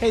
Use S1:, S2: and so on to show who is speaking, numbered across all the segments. S1: Hey,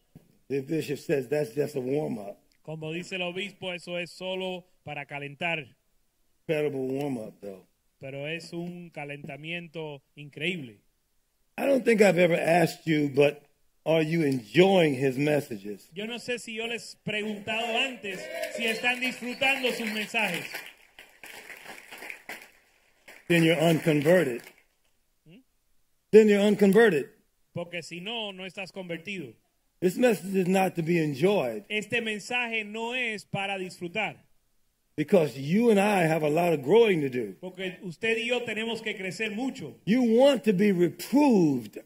S2: The bishop says that's just a warm up,
S3: Como dice el obispo, eso es solo para calentar,
S2: incredible warm up, though.
S3: pero es un calentamiento increíble.
S2: I don't think I've ever asked you, but are you enjoying his messages?
S3: Yo no sé si yo les he preguntado antes si están disfrutando sus mensajes.
S2: Then you're unconverted. Then you're unconverted.
S3: Porque si no, no estás convertido.
S2: This message is not to be enjoyed
S3: Este mensaje no es para disfrutar.
S2: because you and I have a lot of growing to do.
S3: Porque usted y yo tenemos que crecer mucho.
S2: You want to be reproved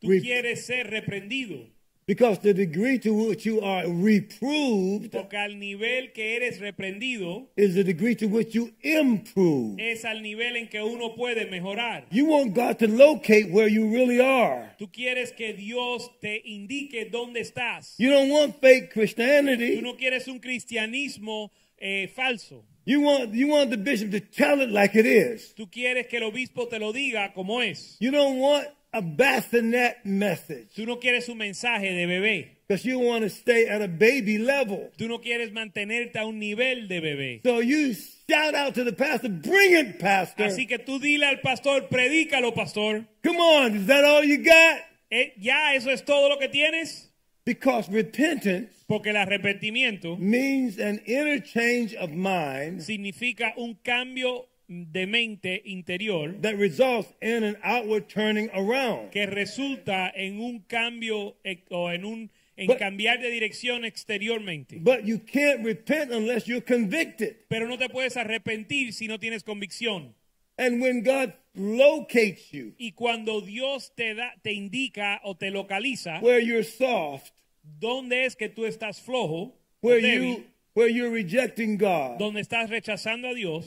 S3: Tú
S2: Re-
S3: quieres ser reprendido.
S2: because the degree to which you are reproved
S3: Porque al nivel que eres reprendido
S2: is the degree to which you improve.
S3: es al nivel en que uno puede mejorar.
S2: You want God to locate where you really are.
S3: Tú quieres que Dios te indique dónde estás.
S2: You don't want fake
S3: Tú
S2: Christianity.
S3: no quieres un cristianismo eh, falso.
S2: You want you want the bishop to tell it like it is.
S3: Tú quieres que el obispo te lo diga como es.
S2: You don't want a bassinet message
S3: Tú no quieres un mensaje de bebé.
S2: because you want to stay at a baby level.
S3: Tú no quieres mantenerte a un nivel de bebé.
S2: So you shout out to the pastor, bring it, pastor.
S3: Así que tú dile al pastor, predícalo, pastor.
S2: Come on, is that all you got?
S3: Eh, ¿Ya eso es todo lo que tienes?
S2: Because repentance
S3: Porque el arrepentimiento
S2: means an interchange of mind
S3: significa un cambio de mente interior
S2: that results in an outward turning around.
S3: que resulta en un cambio eh, o en un en
S2: But-
S3: cambiar de dirección exteriormente.
S2: But you can't repent unless you're convicted.
S3: Pero no te puedes arrepentir si no tienes convicción.
S2: And when God locates you
S3: Y cuando Dios te da, te indica o te localiza
S2: where you're soft,
S3: dónde es que tú estás flojo, o
S2: where you
S3: débil,
S2: where you're rejecting God.
S3: dónde estás rechazando a Dios,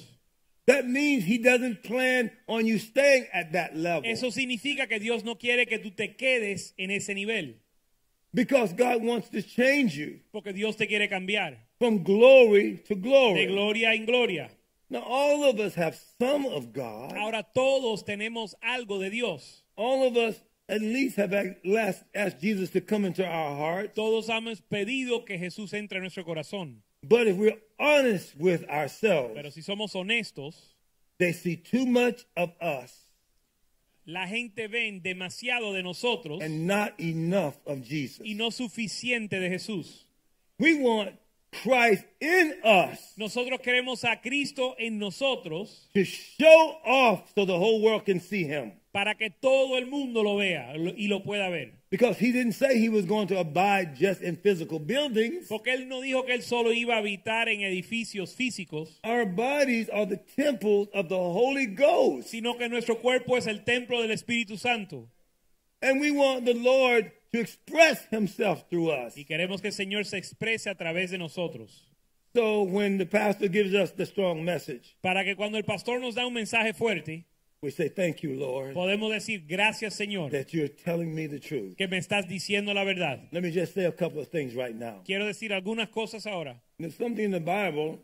S2: That means he doesn't plan on you staying at that level.
S3: eso significa que Dios no quiere que tú te quedes en ese nivel,
S2: Because God wants to change you
S3: porque Dios te quiere cambiar
S2: from glory to
S3: de
S2: glory.
S3: gloria en gloria.
S2: now all of us have some of God.
S3: Ahora todos tenemos algo de Dios.
S2: all of us at least have at last asked Jesus to come into our hearts.
S3: Todos hemos pedido que Jesús entre en nuestro corazón.
S2: But if we're honest with ourselves,
S3: Pero si somos honestos,
S2: they see too much of us
S3: la gente ve demasiado de nosotros
S2: and not enough of Jesus.
S3: y no suficiente de Jesús.
S2: We want Christ in us.
S3: Nosotros queremos a Cristo en nosotros
S2: to show off so the whole world can see him.
S3: para que todo el mundo lo vea lo- y lo pueda ver.
S2: Because he didn't say he was going to abide just in physical buildings.
S3: Porque Él no dijo que Él solo iba a habitar en edificios físicos,
S2: Our bodies are the temples of the Holy Ghost.
S3: sino que nuestro cuerpo es el templo del Espíritu Santo.
S2: And we want the Lord to express himself through us.
S3: Y queremos que el Señor se exprese a través de nosotros.
S2: So when the pastor gives us the strong message,
S3: Para que cuando el pastor nos da un mensaje fuerte,
S2: we say, Thank you, Lord,
S3: podemos decir, gracias Señor,
S2: that you're telling me the truth.
S3: que me estás diciendo la verdad.
S2: Let me just say a couple of things right now.
S3: Quiero decir algunas cosas ahora.
S2: There's something in the Bible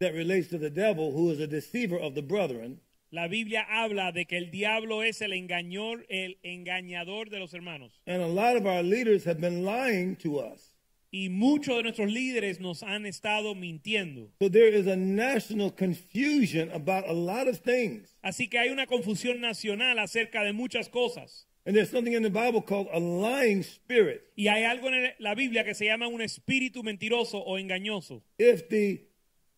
S2: that relates to the devil, who is a deceiver of the brethren.
S3: La Biblia habla de que el diablo es el engañor, el engañador de los hermanos.
S2: And a lot of our leaders have been lying to us.
S3: Y muchos de nuestros líderes nos han estado mintiendo.
S2: So there is a national confusion about a lot of things.
S3: Así que hay una confusión nacional acerca de muchas cosas.
S2: And there's something in the Bible called a lying spirit.
S3: Y hay algo en el- la Biblia que se llama un espíritu mentiroso o engañoso.
S2: If the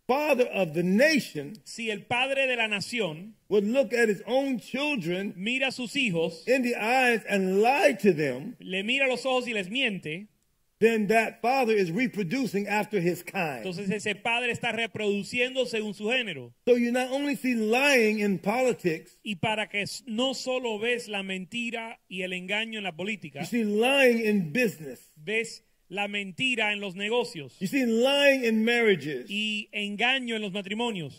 S2: father of the nation
S3: Si el padre de la nación
S2: would look at his own children
S3: mira a sus hijos,
S2: in the eyes and lie to them,
S3: le mira a los ojos y les miente,
S2: then that father is reproducing after his kind.
S3: Entonces ese padre está reproduciendo según su género.
S2: So you not only see lying in politics,
S3: Y para que s- no solo ves la mentira y el engaño en la política,
S2: you see lying in business,
S3: ves la mentira en los negocios
S2: you see lying in marriages,
S3: y engaño en los matrimonios.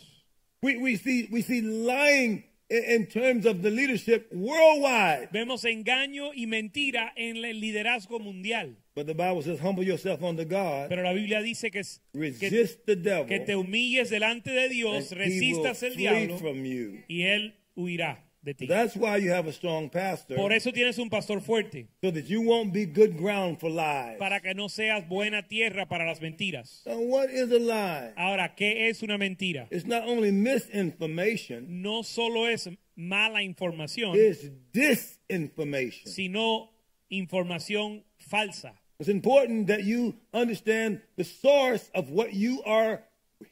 S2: we, we, see, we see lying in, in terms of the leadership worldwide.
S3: Vemos engaño y mentira en el liderazgo mundial.
S2: But the Bible says, humble yourself unto God,
S3: Pero la Biblia dice que, es- que,
S2: resist the devil,
S3: que te humilles delante de Dios,
S2: and he will
S3: resistas el
S2: flee
S3: diablo
S2: from you.
S3: y él huirá de ti.
S2: That's why you have a strong pastor,
S3: Por eso tienes un pastor fuerte,
S2: so that you won't be good ground for lies.
S3: para que no seas buena tierra para las mentiras.
S2: Now, what is a lie?
S3: Ahora, ¿qué es una mentira?
S2: It's not only misinformation,
S3: No solo es mala información,
S2: it's disinformation.
S3: sino información falsa.
S2: It's important that you understand the source of what you are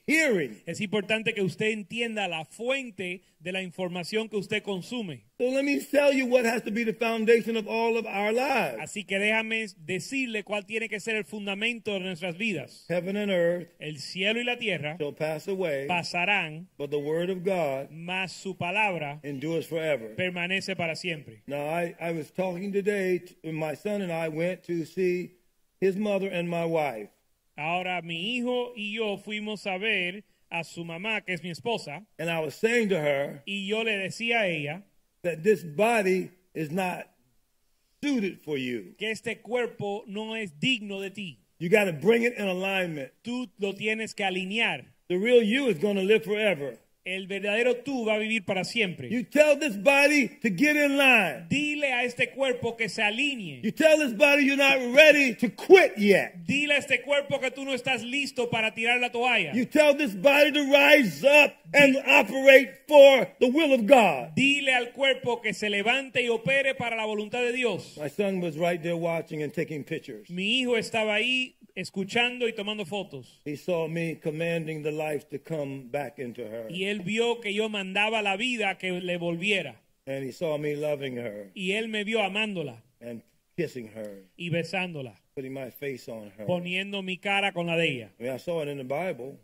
S2: hearing.
S3: Es importante que usted entienda la fuente de la información que usted consume.
S2: So let me tell you what has to be the foundation of all of our lives.
S3: Así que déjame decirle cuál tiene que ser el fundamento de nuestras vidas.
S2: Heaven and earth
S3: El cielo y la tierra
S2: shall pass away,
S3: pasarán,
S2: but the word of God
S3: mas su palabra
S2: endures forever.
S3: permanece para siempre.
S2: Now, I, I was talking today, t- my son and I went to see his mother and my wife.
S3: Ahora mi hijo y yo fuimos a ver a su mamá, que es mi esposa,
S2: And I was saying to her
S3: y yo le decía a ella
S2: that this body is not suited for you.
S3: que este cuerpo no es digno de ti.
S2: You got to bring it in alignment.
S3: Tú lo tienes que alinear.
S2: The real you is going to live forever.
S3: El verdadero tú va a vivir para siempre.
S2: You tell this body to get in line.
S3: Dile a este cuerpo que se alinee.
S2: You tell this body you're not ready to quit yet.
S3: Dile a este cuerpo que tú no estás listo para tirar la toalla.
S2: You tell this body to rise up and operate for the will of God.
S3: Dile al cuerpo que se levante y opere para la voluntad de Dios.
S2: My son was right there watching and taking pictures.
S3: Mi hijo estaba ahí escuchando y tomando fotos.
S2: He saw me commanding the life to come back into her,
S3: Y él vio que yo mandaba la vida a que le volviera.
S2: and he saw me loving her
S3: Y él me vio amándola
S2: and kissing her,
S3: y besándola,
S2: putting my face on her. I
S3: poniendo mi cara con la de ella.
S2: mean, I saw it in the Bible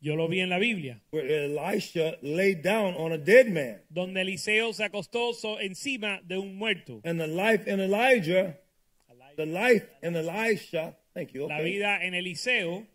S3: Yo lo vi en la Biblia,
S2: where Elisha laid down on a dead man,
S3: donde Eliseo se acostó so- encima de un muerto.
S2: and the life in Elijah the life in Elisha, thank you,
S3: La
S2: okay,
S3: vida en Eliseo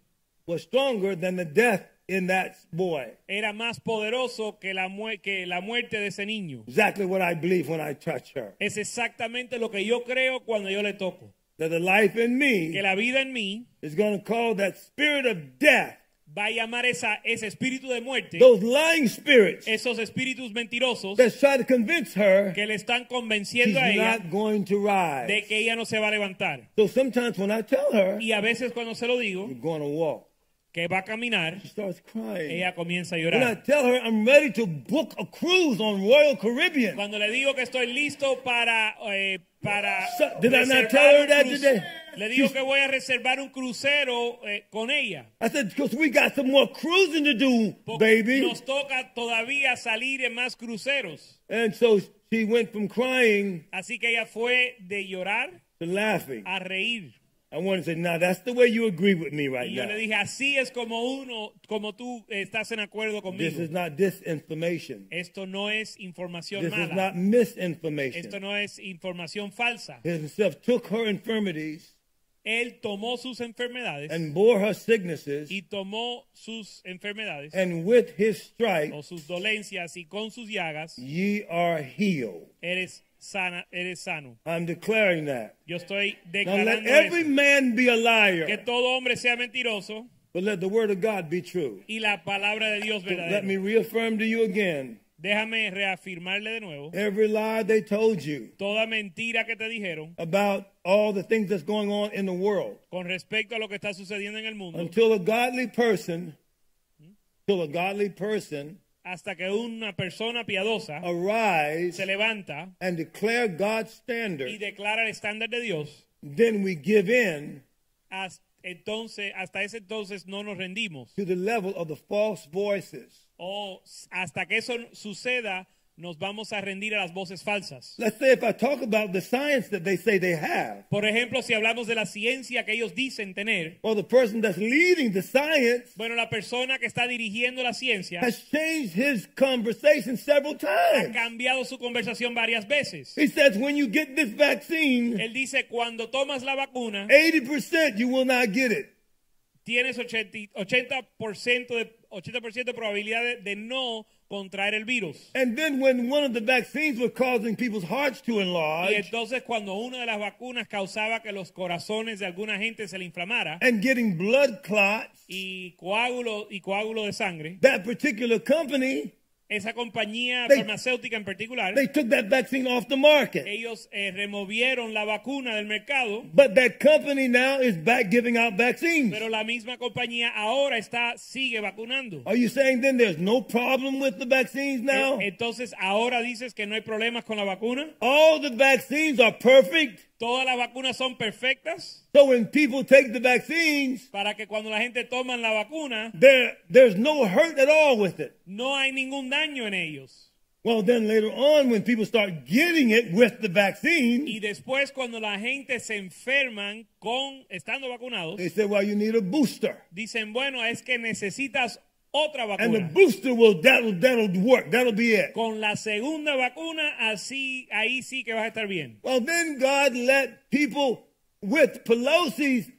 S2: was stronger than the death in that boy.
S3: era más poderoso que la, mue- que la muerte de ese niño.
S2: Exactly what I believe when I touch her.
S3: Es exactamente lo que yo creo cuando yo le toco.
S2: That the life in
S3: Que
S2: me
S3: la vida en mí
S2: is going to call that spirit of death,
S3: va a llamar esa, ese espíritu de muerte,
S2: those lying spirits
S3: esos espíritus mentirosos
S2: that try to convince her
S3: que le están
S2: she's
S3: convenciendo a ella
S2: not going to
S3: de
S2: rise.
S3: que ella no se va a levantar.
S2: So sometimes when I tell her,
S3: Y a veces cuando se lo digo,
S2: you're going to walk,
S3: que va a caminar,
S2: she starts crying.
S3: ella comienza a
S2: When I
S3: llorar.
S2: tell her I'm ready to book a cruise on Royal Caribbean,
S3: Cuando le digo que estoy listo para eh, para
S2: So- did I not
S3: reservar
S2: tell her
S3: un
S2: that
S3: cruce-
S2: today?
S3: le digo que voy a reservar un crucero eh, con ella.
S2: I said, because we got some more cruising to do,
S3: Porque
S2: baby.
S3: Nos toca todavía salir en más cruceros.
S2: And so she went from crying
S3: Así que ella fue de llorar
S2: to laughing.
S3: a reír.
S2: I wanted to say, now that's the way you agree with me right
S3: Y yo
S2: now.
S3: le dije, así es como uno, como tú eh, estás en acuerdo
S2: This is
S3: conmigo.
S2: not disinformation.
S3: Esto no es información
S2: This is
S3: mala.
S2: not
S3: Esto
S2: misinformation.
S3: no es información falsa.
S2: He himself took her infirmities
S3: Él tomó sus enfermedades
S2: and bore her sicknesses,
S3: y tomó sus enfermedades
S2: and with his stripe
S3: o sus dolencias y con sus llagas
S2: ye are healed.
S3: eres sana, eres sano.
S2: I'm declaring that.
S3: Yo estoy
S2: Now let
S3: declarando
S2: every
S3: esto.
S2: man be a
S3: que
S2: liar,
S3: todo hombre sea mentiroso
S2: but let the word of God be true.
S3: y la palabra de Dios
S2: Let
S3: verdadera.
S2: me reaffirm to you again
S3: Déjame reafirmarle de nuevo.
S2: every lie they told you
S3: Toda mentira que te dijeron
S2: about all the things that's going on in the world.
S3: con respecto a lo que está sucediendo en el mundo,
S2: until a godly person
S3: Mm.
S2: till a godly person
S3: hasta que una persona piadosa
S2: arise
S3: se levanta
S2: and declare God's
S3: y
S2: standard,
S3: declara el estándar de Dios,
S2: then we give in
S3: hasta, entonces, hasta ese entonces no nos rendimos.
S2: to the level of the false voices.
S3: O hasta que eso suceda, nos vamos a rendir a las voces falsas.
S2: Let's say if I talk about the science that they say they have,
S3: Por ejemplo, si hablamos de la ciencia que ellos dicen tener,
S2: or the person that's leading the science
S3: bueno, la persona que está dirigiendo la ciencia
S2: has changed his conversation several
S3: ha
S2: times.
S3: cambiado su conversación varias veces.
S2: He says, when you get this vaccine,
S3: Él dice, cuando tomas la vacuna,
S2: 80% you will not get it.
S3: tienes 80, y- 80%, de, 80 de probabilidad de, de no contraer el virus.
S2: And then when one of the vaccines was causing people's hearts to
S3: Y
S2: enlarge
S3: entonces cuando una de las vacunas causaba que los corazones de alguna gente se le inflamara
S2: and getting blood clots,
S3: y coágulo, y coágulo de sangre,
S2: that particular company,
S3: esa compañía
S2: They-
S3: farmacéutica en particular,
S2: they took that vaccine off the market.
S3: ellos eh, removieron la vacuna del mercado,
S2: But that company now is back giving out vaccines.
S3: pero la misma compañía ahora está sigue vacunando.
S2: Are you saying then there's no problem with the vaccines now?
S3: E- Entonces ahora dices que no hay problemas con la vacuna,
S2: All the vaccines are perfect.
S3: todas las vacunas son perfectas
S2: So when people take the vaccines,
S3: para que cuando la gente toma la vacuna
S2: there there's no hurt at all with it.
S3: no hay ningún daño en ellos.
S2: Well, then later on, when people start getting it with the vaccine,
S3: Y después cuando la gente se enferman con estando vacunados,
S2: they say, well, you need a booster.
S3: dicen, bueno, es que necesitas otra
S2: And the
S3: vacuna.
S2: booster will that'll that'll work. That'll be it.
S3: Con la segunda vacuna, así ahí sí que vas a estar bien.
S2: Well, then God let people with Pelosi's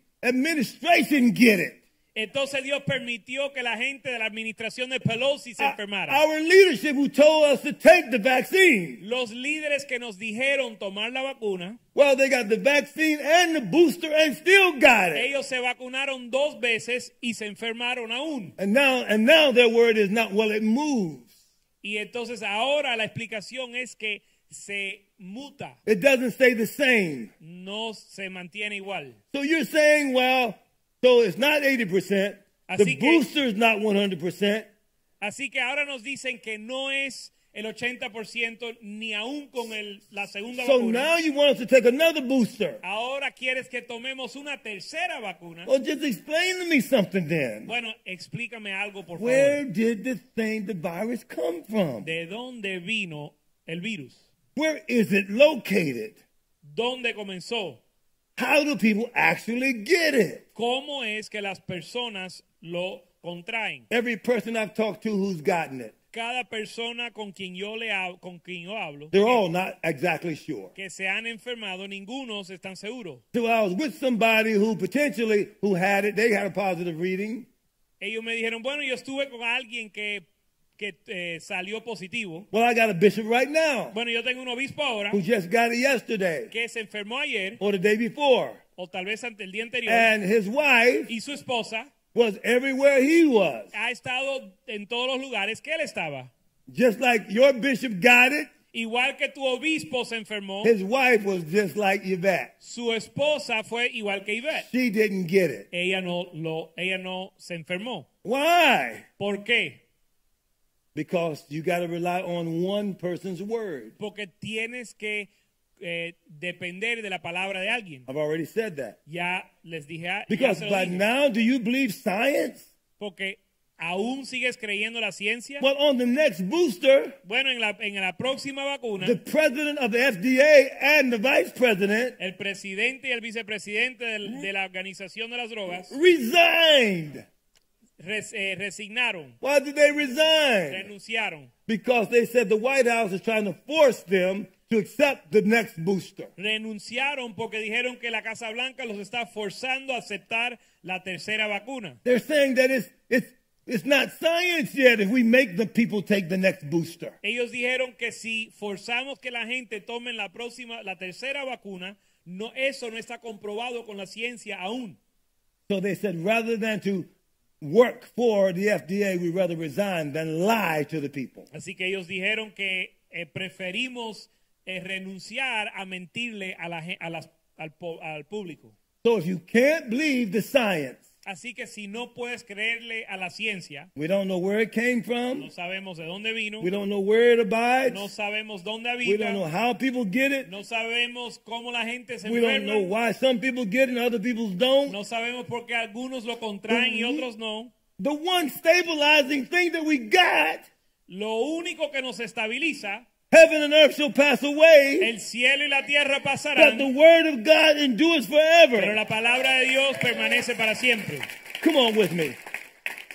S2: administration get it.
S3: Entonces Dios permitió que la gente de la administración de Pelosi
S2: Ah,
S3: se enfermara.
S2: Our leadership who told us to take the vaccine.
S3: Los líderes que nos dijeron tomar la vacuna,
S2: Well, they got the vaccine and the booster and still got it.
S3: ellos se vacunaron dos veces y se enfermaron aún.
S2: And now and now their word is not well it moves.
S3: Y entonces ahora la explicación es que se muta,
S2: It doesn't stay the same.
S3: no se mantiene igual.
S2: So you're saying, well, so it's not 80%.
S3: Así
S2: The
S3: que-
S2: booster is not 100%.
S3: Así que ahora nos dicen que no es el 80% ni aún con el- la segunda
S2: So
S3: vacuna.
S2: now you want us to take another booster.
S3: Ahora quieres que tomemos una tercera vacuna.
S2: Well, just explain to me something then.
S3: Bueno, explícame algo, por
S2: Where
S3: favor.
S2: did the thing, the virus, come from?
S3: ¿De dónde vino el virus?
S2: Where is it located?
S3: ¿Dónde comenzó?
S2: How do people actually get it?
S3: ¿Cómo es que las personas lo contraen?
S2: Every person I've talked to who's gotten it,
S3: Cada persona con quien yo le hab- con quien yo hablo,
S2: they're all not exactly sure.
S3: que se han enfermado, ninguno se están seguros.
S2: So I was with somebody who potentially who had it. They had a positive reading,
S3: Ellos me dijeron, bueno, yo estuve con alguien que, que eh, salió positivo.
S2: Well, I got a bishop right now
S3: Bueno, yo tengo un obispo ahora
S2: who just got it yesterday
S3: que se enfermó ayer
S2: or the day before,
S3: o tal vez ante el día anterior
S2: and his wife
S3: y su esposa
S2: was everywhere he was.
S3: ha estado en todos los lugares que él estaba.
S2: Just like your bishop got it,
S3: Igual que tu obispo se enfermó,
S2: his wife was just like Yvette.
S3: su esposa fue igual que Ivette.
S2: She didn't get it.
S3: Ella no, lo, ella no se enfermó.
S2: Why?
S3: ¿Por qué?
S2: Because you got to rely on one person's word.
S3: Porque tienes que eh, depender de la palabra de alguien.
S2: I've already said that.
S3: Ya les dije, a- ya
S2: Because
S3: se lo
S2: by
S3: dije.
S2: now, do you believe science?
S3: porque aún sigues creyendo la ciencia.
S2: Well, on the next booster,
S3: Bueno, en la, en la próxima vacuna,
S2: the president of the FDA and the vice president
S3: el presidente y el vicepresidente del- de la Organización de las Drogas
S2: resigned.
S3: res- eh, resignaron,
S2: Why did they resign?
S3: renunciaron.
S2: Because they said the White House is trying to force them to accept the next booster.
S3: renunciaron porque dijeron que la Casa Blanca los está forzando a aceptar la tercera vacuna.
S2: They're saying that it's it's it's not science yet if we make the people take the next booster.
S3: Ellos dijeron que si forzamos que la gente tome la próxima, la tercera vacuna, no, eso no está comprobado con la ciencia aún.
S2: So they said rather than to work for the FDA, we rather resign than lie to the people.
S3: Así que ellos dijeron que eh, preferimos eh, renunciar a mentirle a la, gen- a las- al, po- al público.
S2: So if you can't believe the science,
S3: Así que si no puedes creerle a la ciencia,
S2: we don't know where it came
S3: no
S2: from,
S3: sabemos de dónde vino,
S2: we don't know where it abides,
S3: no sabemos dónde
S2: we don't know
S3: habita,
S2: how people get it,
S3: no sabemos cómo la gente se
S2: we don't know
S3: enferma.
S2: why some people get it and other people don't.
S3: No sabemos por qué
S2: Pues
S3: algunos lo contraen y otros no.
S2: The one stabilizing thing that we got
S3: Lo único que nos estabiliza,
S2: Heaven and earth shall pass away,
S3: el cielo y la tierra
S2: but the
S3: pasarán,
S2: word of God endures
S3: pero
S2: forever.
S3: la palabra de Dios permanece para siempre.
S2: Come on with me.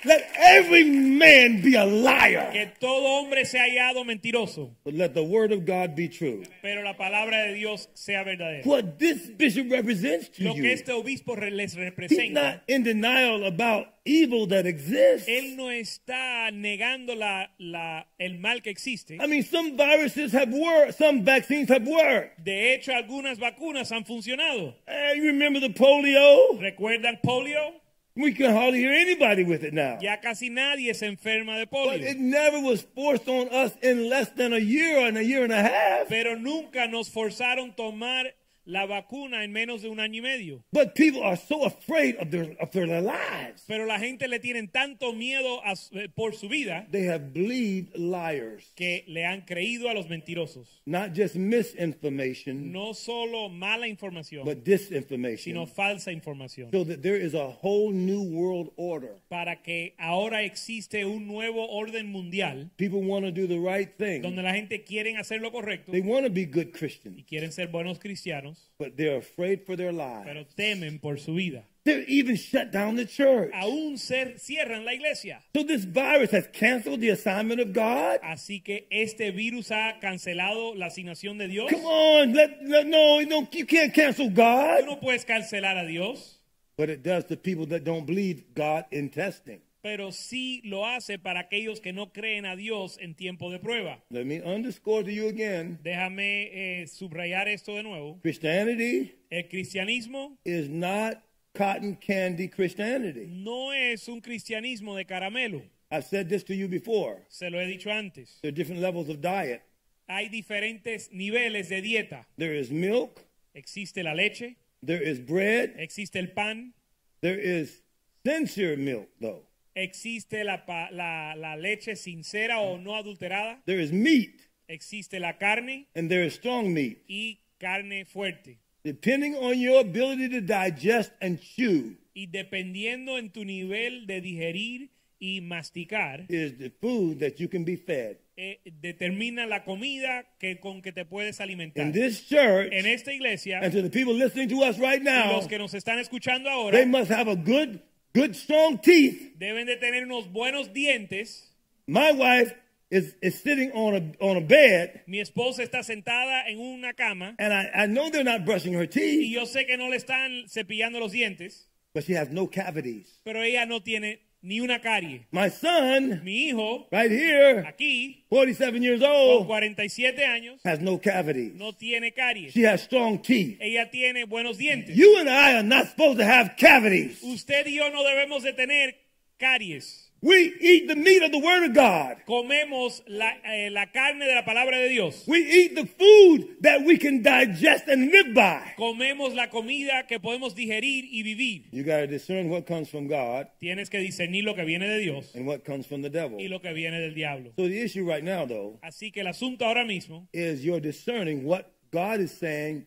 S2: Let every man be a liar,
S3: Que todo hombre sea hallado mentiroso,
S2: but let the word of God be true.
S3: pero la palabra de Dios sea verdadera.
S2: What this bishop represents to
S3: Lo que
S2: you,
S3: este obispo re- les
S2: he's not
S3: representa,
S2: in denial about evil that exists.
S3: él no está negando la, la- el mal que existe.
S2: I mean, some viruses have worked, some vaccines have worked.
S3: De hecho, algunas vacunas han funcionado.
S2: Eh, you remember the polio?
S3: ¿Recuerdan polio?
S2: We can hardly hear anybody with it now.
S3: Ya casi nadie se enferma de
S2: But it
S3: polio.
S2: never was forced on us in less than a year and a year and a half.
S3: Pero nunca nos forzaron tomar la vacuna en menos de un año y medio.
S2: But people are so afraid of their of their lives.
S3: Pero la gente le tienen tanto miedo a su- eh, por su vida
S2: They have believed liars,
S3: que le han creído a los mentirosos.
S2: not just misinformation,
S3: No solo mala información,
S2: but
S3: sino
S2: disinformation.
S3: falsa información.
S2: So that there is a whole new world order.
S3: Para que ahora existe un nuevo orden mundial
S2: People want to do the right
S3: donde
S2: thing.
S3: la gente quiere hacer lo correcto
S2: They want to be good
S3: y
S2: Christians,
S3: quieren ser buenos cristianos,
S2: but they're afraid for their lives.
S3: pero temen por su vida.
S2: They even shut down the church.
S3: aún cer- cierran la iglesia.
S2: So this virus has canceled the assignment of God.
S3: Así que este virus ha cancelado la asignación de Dios.
S2: Come on, let, let- no, no, you can't cancel
S3: Tú
S2: God.
S3: no puedes cancelar a Dios,
S2: But it does to people that don't believe God in testing.
S3: pero sí lo hace para aquellos que no creen a Dios en tiempo de prueba.
S2: Let me underscore to you again:
S3: Déjame eh, subrayar esto de nuevo.
S2: Christianity
S3: El cristianismo
S2: is not cotton candy Christianity.
S3: no es un cristianismo de caramelo.
S2: I've said this to you before.
S3: Se lo he dicho antes.
S2: There are different levels of diet.
S3: Hay diferentes niveles de dieta.
S2: There is milk.
S3: Existe la leche,
S2: There is bread.
S3: existe el pan,
S2: There is sincere milk, though.
S3: existe la, pa- la- la leche sincera o no adulterada.
S2: There is meat,
S3: existe la carne
S2: and there is strong meat.
S3: y carne fuerte.
S2: Depending on your ability to digest and chew,
S3: Y dependiendo en tu nivel de digerir y masticar,
S2: is the food that you can be fed.
S3: eh, determina la comida que, con que te puedes alimentar.
S2: In this church,
S3: En esta iglesia,
S2: and to the people listening to us right
S3: y
S2: now,
S3: los que nos están escuchando ahora
S2: they must have a good, good, strong teeth.
S3: deben de tener unos buenos dientes.
S2: My wife is, is sitting on a, on a bed,
S3: Mi esposa está sentada en una cama
S2: and I, I know they're not brushing her
S3: y
S2: teeth,
S3: yo sé que no le están cepillando los dientes,
S2: but she has no cavities.
S3: pero ella no tiene ni una carie.
S2: My son,
S3: Mi hijo,
S2: right here,
S3: aquí,
S2: 47 years
S3: con
S2: old,
S3: 47 años,
S2: has no cavities.
S3: no tiene caries.
S2: She has strong teeth.
S3: ella tiene buenos dientes.
S2: You and I are not supposed to have cavities.
S3: Usted y yo no debemos de tener caries.
S2: We eat the meat of the Word of God.
S3: Comemos la, eh, la carne de la palabra de Dios.
S2: We eat the food that we can digest and live by.
S3: Comemos la comida que podemos digerir y vivir.
S2: You got to discern what comes from God
S3: Tienes que discernir lo que viene de Dios
S2: and what comes from the devil.
S3: y lo que viene del diablo.
S2: So the issue right now, though,
S3: Así que el asunto ahora mismo
S2: is you're discerning what God is saying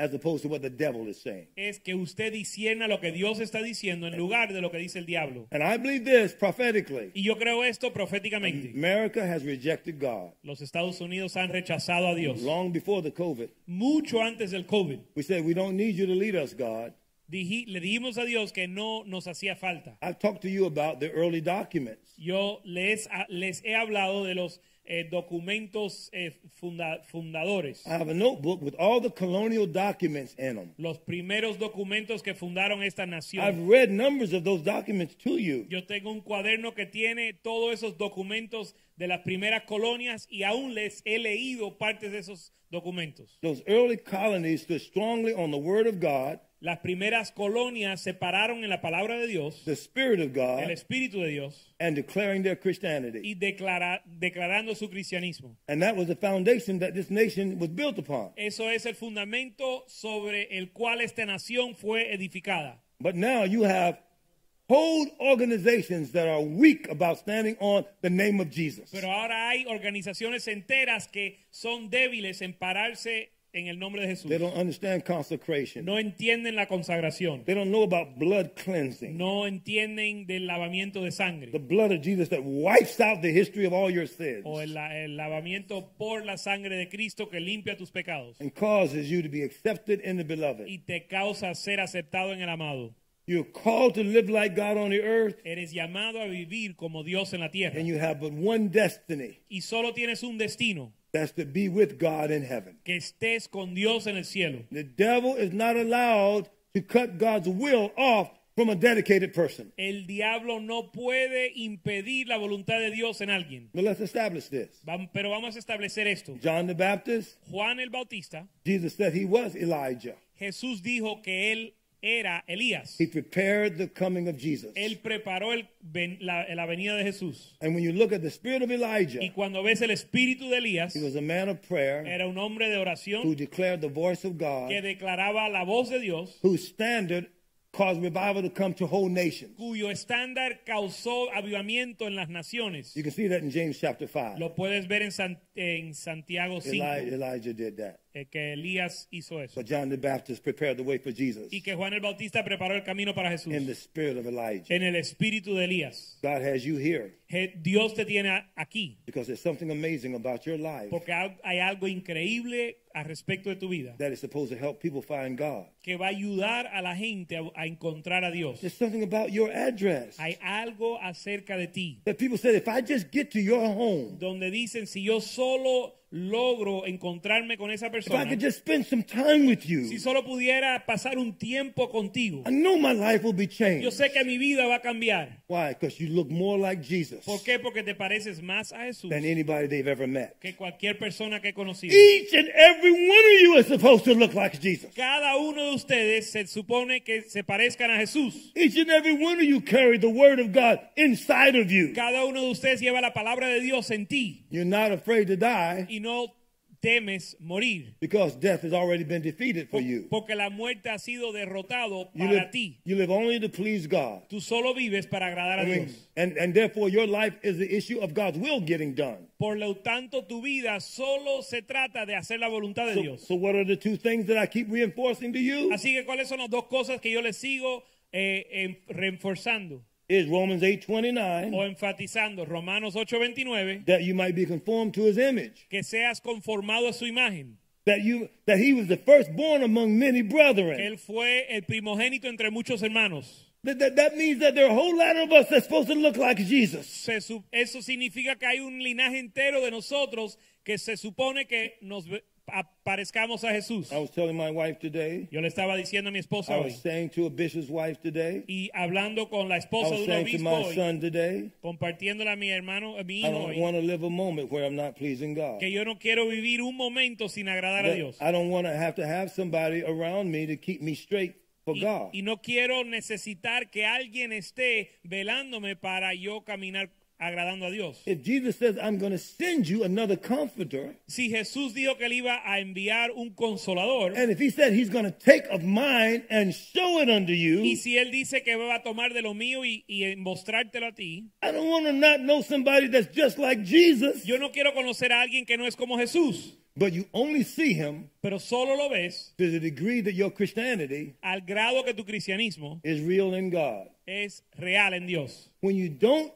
S2: as opposed to what the devil is saying.
S3: es que usted discierna lo que Dios está diciendo en lugar de lo que dice el diablo.
S2: And I believe this prophetically.
S3: Y yo creo esto proféticamente.
S2: America has rejected God
S3: Los Estados Unidos han rechazado a Dios
S2: long before the COVID.
S3: mucho antes del COVID.
S2: We said, we don't need you to lead us, God.
S3: Diji- le dijimos a Dios que no nos hacía falta.
S2: I've talked to you about the early documents.
S3: Yo les, a- les he hablado de los eh, documentos eh, funda- fundadores,
S2: I have a notebook with all the colonial documents in them.
S3: los primeros documentos que fundaron esta
S2: I've
S3: nación.
S2: read numbers of those documents to you.
S3: Yo tengo un cuaderno que tiene todos esos documentos de las primeras colonias y aún les he leído partes de esos documentos.
S2: Those early colonies stood strongly on the Word of God,
S3: Las primeras colonias se pararon en la palabra de Dios,
S2: the Spirit of
S3: el
S2: God,
S3: Espíritu de Dios,
S2: and declaring their Christianity.
S3: y declara- declarando su cristianismo.
S2: And that was the foundation that this nation was built upon.
S3: Eso es el fundamento sobre el cual esta nación fue edificada.
S2: But now you have whole organizations that are weak about standing on the name of Jesus.
S3: Pero ahora hay organizaciones enteras que son débiles en pararse en el nombre de Jesús.
S2: They don't understand consecration.
S3: No entienden la consagración.
S2: They don't know about blood cleansing.
S3: No entienden del lavamiento de
S2: The
S3: sangre
S2: blood of Jesus that wipes out the history of all your sins
S3: o el, la- el lavamiento por la sangre de Cristo que limpia tus pecados
S2: and causes you to be accepted in the beloved.
S3: y te causa ser aceptado en el amado.
S2: You're called to live like God on the earth,
S3: Eres llamado a vivir como Dios en la tierra
S2: and you have but one destiny
S3: y solo tienes un destino,
S2: that's to be with God in heaven.
S3: que estés con Dios en el cielo.
S2: The devil is not allowed to cut God's will off from a dedicated person.
S3: El diablo no puede impedir la voluntad de Dios en alguien.
S2: But let's establish this.
S3: Vam- Pero vamos a establecer esto.
S2: John the Baptist,
S3: Juan el Bautista,
S2: Jesus said he was Elijah.
S3: Jesús dijo que él era Elías.
S2: He prepared the coming of Jesus.
S3: Él preparó el ven- la, la venida de Jesús.
S2: And when you look at the spirit of Elijah,
S3: Y cuando ves el espíritu de Elías,
S2: he was a man of prayer
S3: era un hombre de
S2: who
S3: oración
S2: declared the voice of God,
S3: que declaraba la voz de Dios,
S2: whose standard caused revival to come to whole nations.
S3: cuyo estándar causó avivamiento en las naciones.
S2: You can see that in James chapter 5.
S3: Lo puedes ver en, San- en Santiago 5,
S2: Eli- Elijah did that.
S3: eh, que Elías hizo eso.
S2: But John the Baptist prepared the way for Jesus
S3: Y que Juan el Bautista preparó el camino para Jesús.
S2: in the spirit of Elijah.
S3: En el espíritu de Elías.
S2: God has you here
S3: Je- Dios te tiene a- aquí
S2: because there's something amazing about your life
S3: porque ha- hay algo increíble al respecto de tu vida
S2: that is supposed to help people find God.
S3: que va a ayudar a la gente a, a encontrar a Dios.
S2: There's something about your address
S3: Hay algo acerca de ti
S2: that people said, if I just get to your home,
S3: donde dicen si yo solo logro encontrarme con esa
S2: if I
S3: persona,
S2: could just spend some time with
S3: si
S2: you,
S3: solo pudiera pasar un tiempo contigo,
S2: I know my life will be
S3: yo
S2: changed.
S3: sé que mi vida va a cambiar.
S2: Why? Because you look more like Jesus
S3: ¿Por qué? Porque te pareces más a Jesús
S2: than anybody they've ever met.
S3: que cualquier persona que he conocido.
S2: Each and every one of you is supposed to look like Jesus.
S3: Cada uno de ustedes se supone que se parezcan a Jesús.
S2: Each and every one of you carry the word of God inside of you.
S3: Cada uno de ustedes lleva la palabra de Dios en ti
S2: You're not afraid to die
S3: y no temes morir.
S2: because death has already been defeated for you.
S3: Porque la muerte ha sido derrotado
S2: You
S3: para
S2: live,
S3: ti.
S2: you live only to please God.
S3: Tú solo vives para agradar a
S2: I mean,
S3: Dios.
S2: and, and therefore, your life is the issue of God's will getting done.
S3: Por lo tanto, tu vida solo se trata de hacer la voluntad de
S2: So,
S3: Dios.
S2: so what are the two things that I keep reinforcing to you?
S3: Así que, ¿cuáles son las dos cosas que yo les sigo eh, en- reforzando
S2: Is Romans 8:29
S3: o enfatizando? Romanos 8:29,
S2: that you might be conformed to his image.
S3: que seas conformado a su imagen.
S2: That you that he was the firstborn among many brethren.
S3: Él fue el primogénito entre muchos hermanos.
S2: That, that, that means that there are a whole lot of us that's supposed to look like Jesus.
S3: Se su- eso significa que hay un linaje entero de nosotros que se supone que nos ve- a- parezcamos a Jesús.
S2: I was telling my wife today,
S3: Yo le estaba diciendo a mi esposa
S2: I
S3: hoy
S2: was saying to a bishop's wife today,
S3: y hablando con la
S2: I
S3: esposa de
S2: was
S3: un
S2: saying to
S3: obispo
S2: my
S3: hoy,
S2: son today,
S3: compartiéndole a mi hermano, a mi
S2: I
S3: hijo
S2: don't
S3: hoy,
S2: want to live a moment where I'm not pleasing God.
S3: que yo no quiero vivir un momento sin agradar a
S2: That
S3: Dios.
S2: I don't want to have to have somebody around me to keep me straight for
S3: Y,
S2: God.
S3: y no quiero necesitar que alguien esté velándome para yo caminar agradando a Dios.
S2: If Jesus says, I'm going to send you another comforter,
S3: Si Jesús dijo que él iba a enviar un consolador,
S2: and if he said he's going to take of mine and show it unto
S3: y
S2: you,
S3: si él dice que va a tomar de lo mío y, y mostrártelo a ti,
S2: I don't want to not know somebody that's just like Jesus,
S3: yo no quiero conocer a alguien que no es como Jesús,
S2: but you only see him
S3: pero solo lo ves
S2: to the degree that your Christianity
S3: al grado que tu cristianismo
S2: is real in God.
S3: es real en Dios.
S2: When you don't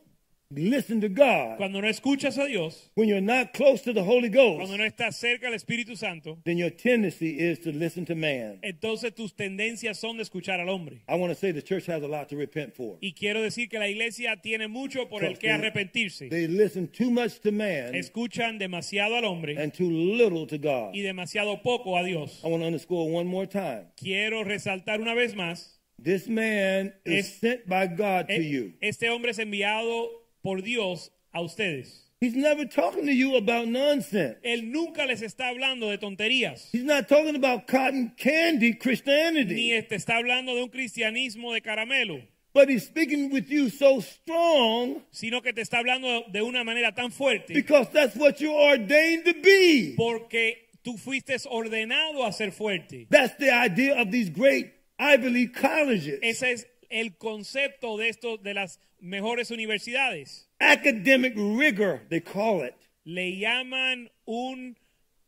S2: listen to God,
S3: Cuando no escuchas a Dios,
S2: when you're not close to the Holy
S3: cuando
S2: Ghost,
S3: no estás cerca del Espíritu Santo,
S2: then your tendency is to listen to man.
S3: entonces tus tendencias son de escuchar al hombre.
S2: I want to say the church has a lot to repent for.
S3: Y quiero decir que la iglesia tiene mucho por el que
S2: They-
S3: arrepentirse.
S2: They listen too much to man
S3: Escuchan demasiado al hombre
S2: and too little to God.
S3: y demasiado poco a Dios.
S2: I want to underscore one more time.
S3: Quiero resaltar una vez más,
S2: This man is
S3: Es-
S2: sent by God to
S3: e-
S2: you.
S3: este hombre es enviado por Dios a ustedes.
S2: He's never talking to you about nonsense.
S3: Él nunca les está hablando de tonterías,
S2: He's not talking about cotton candy
S3: ni
S2: Christianity.
S3: te está hablando de un cristianismo de caramelo,
S2: But he's speaking with you so strong
S3: sino que te está hablando de una manera tan fuerte
S2: because that's what you're ordained to be.
S3: porque tú fuiste ordenado a ser fuerte.
S2: That's the idea of these great Ivy League colleges.
S3: Ese es el concepto de esto de las mejores universidades.
S2: Academic rigor, they call it.
S3: Le llaman un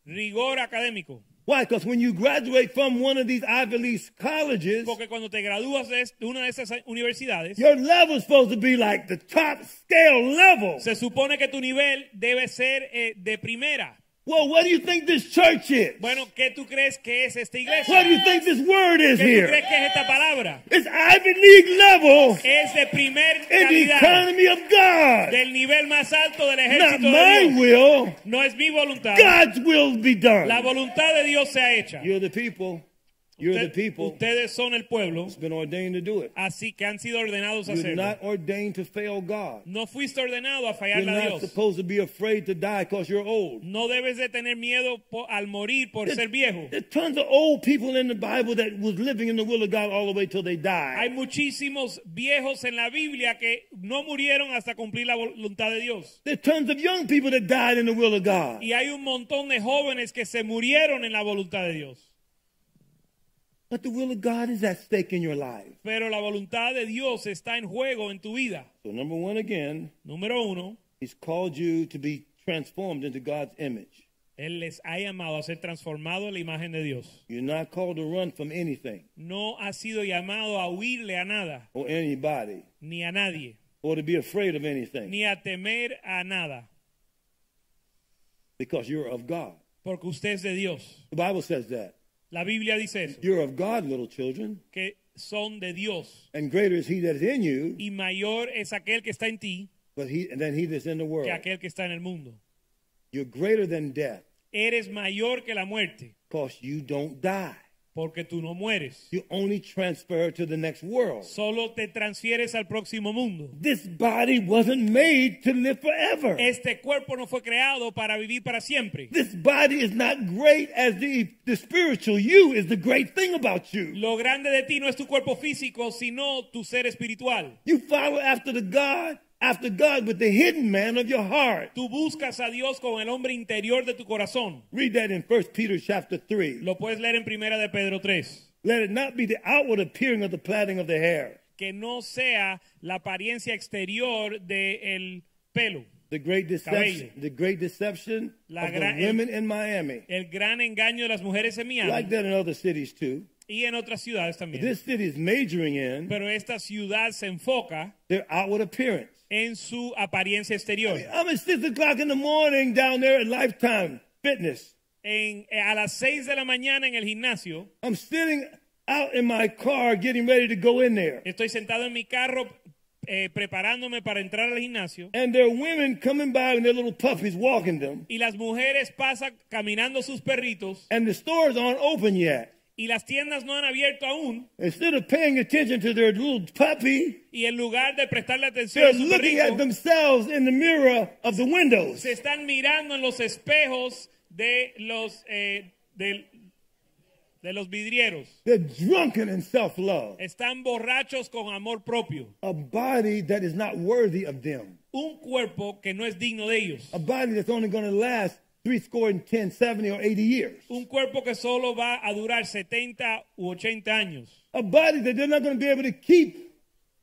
S3: rigor académico.
S2: Why? Because when you graduate from one of these Ivy League colleges,
S3: Porque cuando te gradúas de es- de una de esas universidades,
S2: your level's supposed to be like the top scale level.
S3: se supone que tu nivel debe ser eh, de primera.
S2: Well, what do you think this church is?
S3: Bueno, ¿qué tú crees que es esta
S2: What
S3: iglesia?
S2: do you think this word is
S3: ¿Qué tú
S2: here?
S3: crees que es esta palabra?
S2: It's Ivy League level
S3: Es de primer
S2: in the
S3: calidad,
S2: economy of God.
S3: del nivel más alto del
S2: Not
S3: ejército de
S2: my
S3: Dios.
S2: will,
S3: No es mi voluntad.
S2: God's will be
S3: La
S2: done.
S3: voluntad de Dios se ha hecha.
S2: You're the people. You're the people.
S3: Ustedes son el pueblo,
S2: It's been ordained to do it.
S3: así que han sido ordenados a
S2: You're
S3: hacerlo.
S2: not ordained to fail God.
S3: No fuiste ordenado a
S2: You're
S3: fallarle a
S2: not
S3: Dios.
S2: supposed to be afraid to die because you're old.
S3: No debes de tener miedo po- al morir por ser viejo.
S2: There's tons of old people in the Bible that was living in the will of God all the way till they
S3: Hay
S2: died.
S3: muchísimos viejos en la Biblia que no murieron hasta cumplir la voluntad de Dios.
S2: There's tons of young people that died in the will of God.
S3: Y hay un montón de jóvenes que se murieron en la voluntad de Dios.
S2: But the will of God is at stake in your life.
S3: Pero la voluntad de Dios está en juego en tu vida.
S2: So number one again,
S3: Número uno,
S2: He's called you to be transformed into God's image.
S3: Él les ha llamado a ser transformado en la imagen de Dios.
S2: You're not called to run from anything
S3: No ha sido llamado a huirle a nada,
S2: or anybody
S3: ni a nadie,
S2: or to be afraid of anything
S3: ni a temer a nada,
S2: because you're of God.
S3: porque usted es de Dios.
S2: The Bible says that.
S3: La Biblia dice eso,
S2: You're of God, little children,
S3: que son de Dios.
S2: and greater is He that is in you
S3: Y mayor es aquel que está en ti
S2: but he, than He that's in the world.
S3: que aquel que está en el mundo.
S2: You're greater than death
S3: Eres mayor que la muerte,
S2: because you don't die.
S3: porque tú no mueres.
S2: You only transfer to the next world.
S3: Solo te transfieres al próximo mundo.
S2: This body wasn't made to live forever.
S3: Este cuerpo no fue creado para vivir para siempre.
S2: This body is not great as the, the spiritual you is the great thing about you.
S3: Lo grande de ti no es tu cuerpo físico, sino tu ser espiritual.
S2: You follow after the God, after God with the hidden man of your heart.
S3: Tú buscas a Dios con el hombre interior de tu corazón.
S2: Read that in 1 Peter chapter 3.
S3: Lo puedes leer en Primera de Pedro 3.
S2: Let it not be the outward appearing of the plaiting of the hair,
S3: Que no sea la apariencia exterior del pelo.
S2: the great deception,
S3: Cabello.
S2: the great deception
S3: La
S2: of the
S3: gran-
S2: women in Miami.
S3: El gran engaño de las mujeres en Miami
S2: Like that in other cities too.
S3: y en otras ciudades
S2: But
S3: también.
S2: This city is majoring in
S3: Pero esta ciudad se enfoca
S2: their outward appearance.
S3: en su apariencia exterior.
S2: I'm at 6 o'clock in the morning down there at Lifetime Fitness.
S3: En- eh, a las 6 de la mañana en el gimnasio,
S2: I'm sitting out in my car getting ready to go in there.
S3: estoy sentado en mi carro eh, preparándome para entrar al gimnasio
S2: And there are women coming by with their little puppies walking them.
S3: y las mujeres pasan caminando sus perritos
S2: And the stores aren't open yet.
S3: y las tiendas no han abierto aún
S2: Instead of paying attention to their little puppy,
S3: y en lugar de prestarle atención a
S2: they're
S3: su
S2: looking
S3: perrito,
S2: at themselves in the mirror of the windows.
S3: se están mirando en los espejos de los, eh, del- de los vidrieros.
S2: They're drunken in self love,
S3: Están borrachos con amor propio.
S2: a body that is not worthy of them,
S3: un cuerpo que no es digno de ellos.
S2: a body that's only going to last three score and 10, 70, or 80 years,
S3: Un cuerpo que solo va a durar 70 u 80 años.
S2: a body that they're not going to be able to keep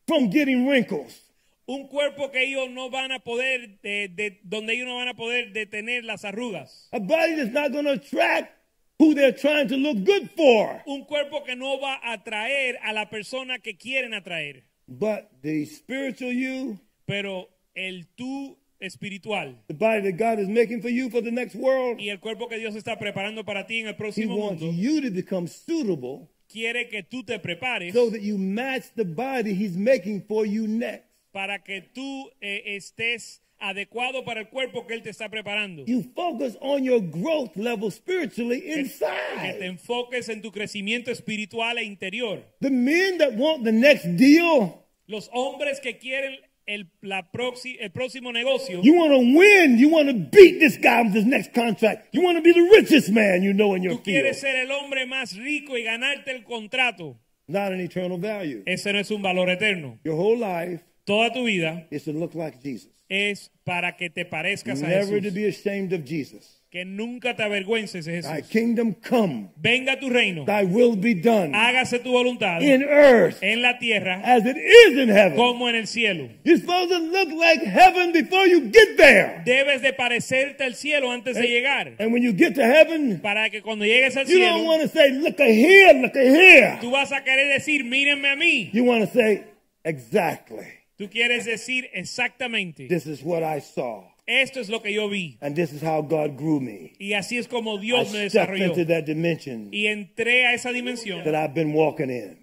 S2: from getting wrinkles.
S3: Un cuerpo que ellos no van a poder, eh, de- donde ellos no van a poder detener las arrugas.
S2: A body that's not going to attract who they're trying to look good for.
S3: Un cuerpo que no va a atraer a la persona que quieren atraer.
S2: But the spiritual you,
S3: Pero el tú espiritual
S2: the body that God is making for you for the next world,
S3: y el cuerpo que Dios está preparando para ti en el
S2: He
S3: próximo
S2: wants
S3: mundo
S2: you to become suitable
S3: quiere que tú te prepares
S2: so that you match the body He's making for you next.
S3: para que tú eh, estés adecuado para el cuerpo que Él te está preparando.
S2: You focus on your growth level spiritually
S3: que te
S2: inside.
S3: enfoques en tu crecimiento espiritual e interior.
S2: The men that want the next deal,
S3: Los hombres que quieren el, la proxi- el próximo negocio,
S2: you want to win. You want to beat this guy with this next contract. You want to be the richest man you know in your
S3: tú quieres
S2: field.
S3: ser el hombre más rico y ganarte el contrato.
S2: Not an eternal value.
S3: Ese no es un valor eterno.
S2: Your whole life
S3: Toda tu vida
S2: is to look like Jesus.
S3: es para que te parezcas a
S2: Never to
S3: Jesús.
S2: be ashamed of Jesus.
S3: Que nunca te avergüences, de
S2: Thy
S3: Jesús.
S2: kingdom come,
S3: Venga tu reino.
S2: thy will be done
S3: Hágase tu voluntad
S2: in earth
S3: en la tierra
S2: as it is in heaven.
S3: como en el cielo.
S2: You're supposed to look like heaven before you get there.
S3: Debes de parecerte al cielo antes de llegar.
S2: And when you get to heaven,
S3: Para que cuando llegues al
S2: you don't
S3: cielo,
S2: want to say, look at here, look at here.
S3: tú vas a querer decir, mírenme a mí.
S2: You want to say, exactly.
S3: Tú quieres decir exactamente,
S2: This is what I saw.
S3: esto es lo que yo vi.
S2: And this is how God grew me.
S3: Y así es como
S2: I
S3: Dios me
S2: stepped
S3: desarrolló.
S2: into that dimension
S3: Y entré a esa dimensión,
S2: that I've been walking in.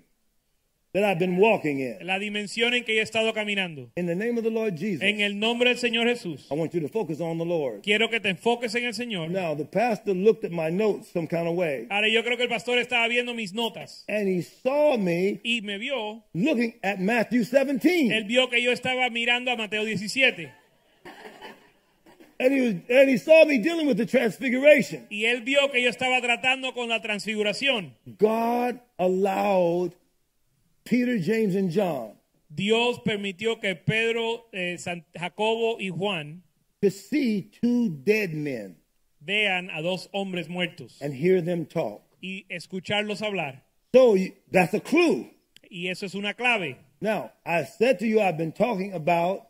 S2: That I've been walking in.
S3: la dimensión en que yo he estado caminando.
S2: In the name of the Lord Jesus,
S3: En el nombre del Señor Jesús,
S2: I want you to focus on the Lord.
S3: quiero que te enfoques en el Señor.
S2: Now, the pastor looked at my notes some kind of way,
S3: Ahora yo creo que el pastor estaba viendo mis notas
S2: and he saw me
S3: y me vio.
S2: looking at Matthew 17.
S3: Él vio que yo estaba mirando a Mateo 17
S2: and, he was, and he saw me dealing with the transfiguration.
S3: y él vio que yo estaba tratando con la transfiguración.
S2: God allowed Peter, James, and John
S3: Dios permitió que Pedro, eh, San- Jacobo y Juan
S2: to see two dead men
S3: vean a dos hombres muertos
S2: and hear them talk.
S3: y escucharlos hablar.
S2: So you- that's a clue.
S3: Y eso es una clave.
S2: Now, I said to you, I've been talking about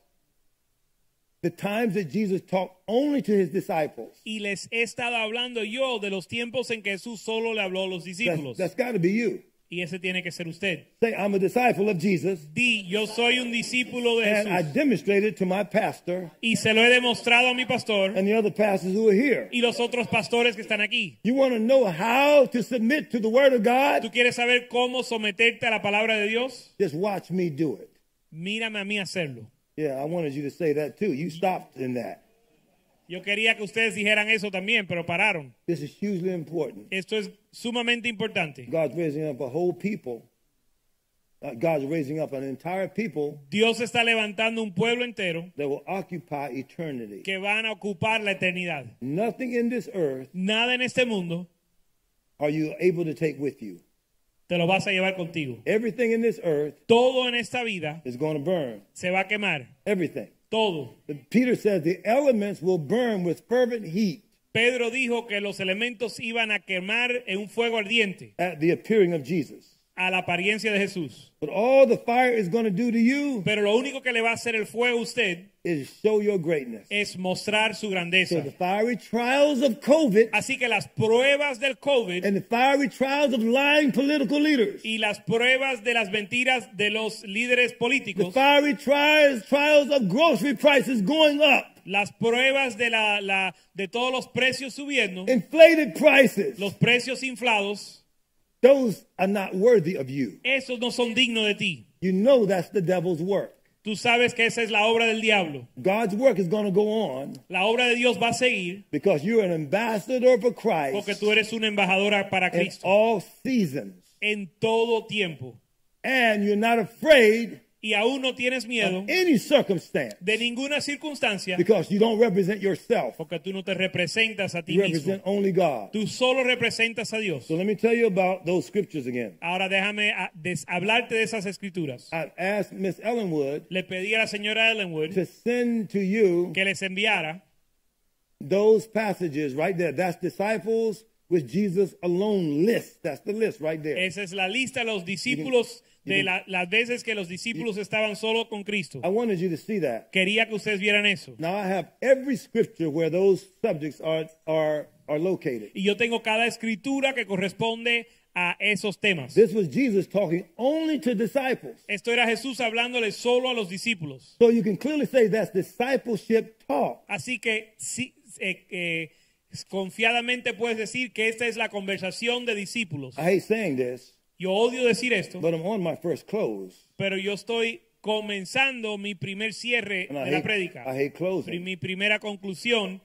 S2: the times that Jesus talked only to his disciples.
S3: Y les he estado hablando yo de los tiempos en que Jesús solo le habló a los
S2: That's-
S3: discípulos.
S2: that's got to be you.
S3: y ese tiene que ser usted.
S2: Say, I'm a disciple of Jesus,
S3: Di, yo soy un discípulo de
S2: and I
S3: Jesús.
S2: demonstrated to my pastor
S3: Y se lo he demostrado a mi pastor
S2: and the other pastors who are here.
S3: y los otros pastores que están aquí.
S2: You want to know how to submit to the Word of
S3: ¿Tú
S2: God?
S3: quieres saber cómo someterte a la palabra de Dios?
S2: Just watch me do it.
S3: Mírame a mí hacerlo.
S2: Yeah, I wanted you to say that too. You stopped in that.
S3: Yo quería que ustedes dijeran eso también, pero pararon.
S2: This is hugely important.
S3: Esto es sumamente importante.
S2: God's raising up a whole people. Uh, God's raising up an entire people
S3: Dios está levantando un pueblo entero
S2: that will occupy eternity.
S3: que van a ocupar la eternidad.
S2: Nothing in this earth
S3: Nada en este mundo
S2: are you able to take with you.
S3: te lo vas a llevar contigo.
S2: Everything in this earth
S3: Todo en esta vida
S2: is going to burn.
S3: se va a quemar.
S2: Everything.
S3: Todo.
S2: But Peter says the elements will burn with fervent heat
S3: Pedro dijo que los elementos iban a quemar en un fuego ardiente
S2: at the appearing of Jesus.
S3: a la apariencia de Jesús.
S2: But all the fire is going to do to you
S3: Pero lo único que le va a hacer el fuego a usted
S2: is show your greatness.
S3: es mostrar su
S2: So
S3: grandeza.
S2: the fiery trials of COVID
S3: Así que las pruebas del COVID
S2: and the fiery trials of lying political leaders,
S3: y las pruebas de las mentiras de los líderes
S2: the
S3: políticos,
S2: fiery trials, trials of grocery prices going up,
S3: las pruebas de, la, la- de todos los precios subiendo,
S2: inflated prices,
S3: los precios inflados,
S2: those are not worthy of you.
S3: esos no son dignos de ti.
S2: You know that's the devil's work.
S3: Tú sabes que esa es la obra del diablo.
S2: God's work is going to go on
S3: La obra de Dios va a seguir
S2: because you're an ambassador for
S3: porque
S2: Christ
S3: tú eres una embajadora para
S2: in
S3: Cristo.
S2: all seasons.
S3: en todo tiempo.
S2: And you're not afraid
S3: Y aún no tienes miedo
S2: of any circumstance
S3: de ninguna circunstancia
S2: because you don't represent yourself.
S3: porque tú no te representas a ti
S2: You represent
S3: mismo.
S2: only God.
S3: Tú solo representas a Dios.
S2: So let me tell you about those scriptures again.
S3: Ahora déjame ah, des- hablarte de esas escrituras.
S2: I asked Miss Ellenwood
S3: Le pedí a la señora Ellenwood
S2: to send to you
S3: que les enviara
S2: those passages right there. That's disciples with Jesus alone list. That's the list right there.
S3: Esa es la lista de los discípulos, de la- las veces que los discípulos estaban solo con Cristo.
S2: I wanted you to see that.
S3: Quería que ustedes vieran eso.
S2: Now I have every scripture where those subjects are are are located.
S3: Y yo tengo cada escritura que corresponde a esos temas.
S2: This was Jesus talking only to disciples.
S3: Esto era Jesús hablándole solo a los discípulos.
S2: So you can clearly say that's discipleship talk.
S3: Así que sí, eh, eh, confiadamente puedes decir que esta es la conversación de discípulos.
S2: I hate saying this,
S3: Yo odio decir esto,
S2: but I'm on my first close.
S3: pero yo estoy comenzando mi primer cierre
S2: And I
S3: de
S2: hate-
S3: la
S2: I
S3: prédica.
S2: hate closing.
S3: Pri- Mi primera conclusión.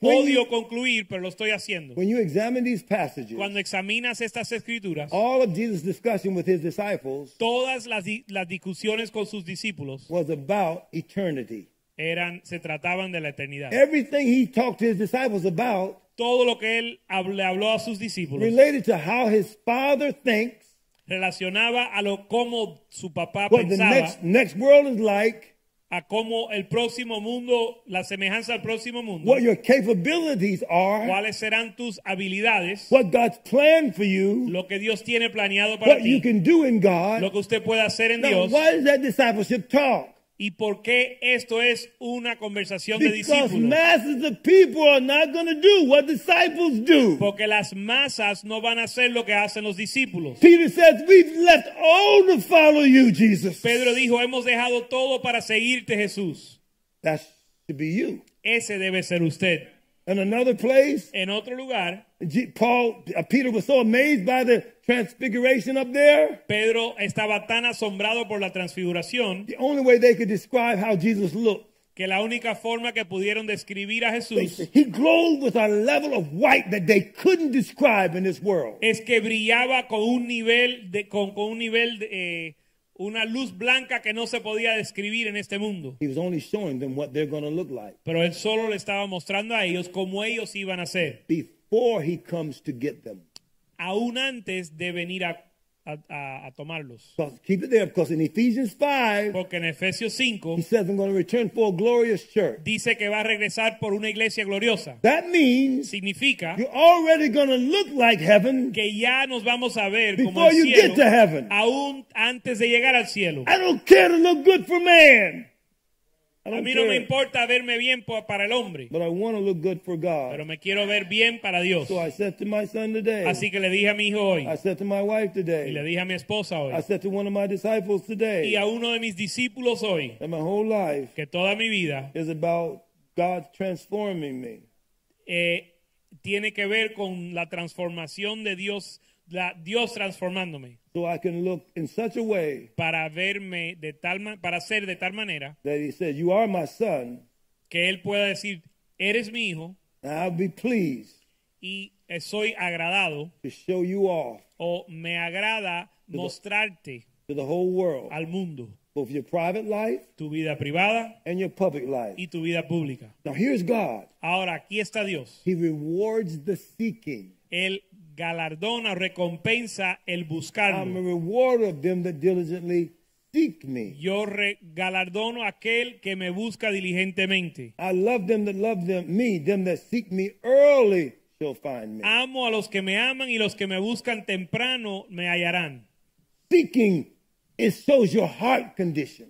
S2: When you-
S3: Odio concluir, pero lo estoy haciendo.
S2: When you examine these passages,
S3: Cuando examinas estas escrituras,
S2: all of Jesus' discussion with his disciples
S3: todas las, di- las discusiones con sus discípulos
S2: was about eternity.
S3: eran, se trataban de la eternidad.
S2: Everything he talked to his disciples about
S3: Todo lo que él hab- le habló a sus discípulos
S2: related to how his father thinks,
S3: relacionaba a lo cómo su papá
S2: what the
S3: pensaba
S2: next, next world is like,
S3: a cómo el próximo mundo, la semejanza al próximo mundo,
S2: what your capabilities are,
S3: cuáles serán tus habilidades,
S2: what God's plan for you,
S3: lo que Dios tiene planeado para
S2: what you
S3: ti,
S2: can do in God.
S3: lo que usted puede hacer en
S2: Now,
S3: Dios
S2: why is that discipleship talk?
S3: y por qué esto es una conversación de
S2: Because
S3: discípulos.
S2: masses of people are not going to do what disciples do.
S3: Porque las masas no van a hacer lo que hacen los discípulos.
S2: Peter says, We've left all to follow you, Jesus.
S3: Pedro dijo, hemos dejado todo para seguirte Jesús.
S2: That should be you.
S3: Ese debe ser usted.
S2: In another place,
S3: En otro lugar,
S2: G- Paul, uh, Peter was so amazed by the transfiguration up there.
S3: Pedro estaba tan asombrado por la transfiguración
S2: The only way they could describe how Jesus looked,
S3: que la única forma que pudieron describir a
S2: they
S3: Jesús
S2: said, he glowed with a level of white that they couldn't describe in this world.
S3: es que brillaba con un nivel de con, con un nivel de, eh, una luz blanca que no se podía describir en este mundo.
S2: He was only showing them what they're going to look like
S3: Pero él solo le estaba mostrando a ellos cómo ellos iban a ser,
S2: before he comes to get them.
S3: aún antes de venir a, a- a- a tomarlos.
S2: Because- keep it there, because in Ephesians 5,
S3: Porque en Efesios 5
S2: he says, I'm going to return for a glorious church.
S3: dice que va a regresar por una iglesia gloriosa.
S2: That means
S3: Significa
S2: you're already going to look like heaven.
S3: que ya nos vamos a ver como
S2: Before
S3: el
S2: you get
S3: cielo,
S2: to heaven.
S3: aún antes de llegar al cielo.
S2: I don't care to look good for man. I
S3: A
S2: don't
S3: mí no me
S2: care.
S3: importa verme bien po- para el hombre,
S2: But I want to look good for
S3: pero
S2: God.
S3: me quiero ver bien para Dios.
S2: So I said to my son
S3: Así
S2: today,
S3: que le dije a mi hijo hoy,
S2: I said to my wife
S3: y le
S2: today,
S3: dije a mi esposa
S2: I
S3: hoy,
S2: said to one of my disciples
S3: y a
S2: today,
S3: uno de mis discípulos hoy,
S2: that my whole life
S3: que toda mi vida
S2: is about God transforming me.
S3: eh, tiene que ver con la transformación de Dios, la, Dios transformándome,
S2: So I can look in such a way
S3: para verme de tal ma- para ser de tal manera
S2: that he said, You are my son,
S3: que él pueda decir, eres mi hijo
S2: and I'll be pleased
S3: y eh, soy agradado
S2: to show you off
S3: o me agrada mostrarte
S2: to the whole world,
S3: al mundo
S2: both your private life
S3: tu vida privada
S2: and your public life.
S3: y tu vida pública.
S2: Now here's God.
S3: Ahora aquí está Dios.
S2: He rewards the seeking.
S3: Él galardona, recompensa el
S2: I'm a
S3: buscarlo.
S2: rewarder of them that diligently seek me.
S3: Yo re- galardono a aquel que me busca diligentemente.
S2: I love them that love them me, them that seek me early shall find me.
S3: Amo a los que me aman y los que me buscan temprano me hallarán.
S2: Seeking it shows your heart condition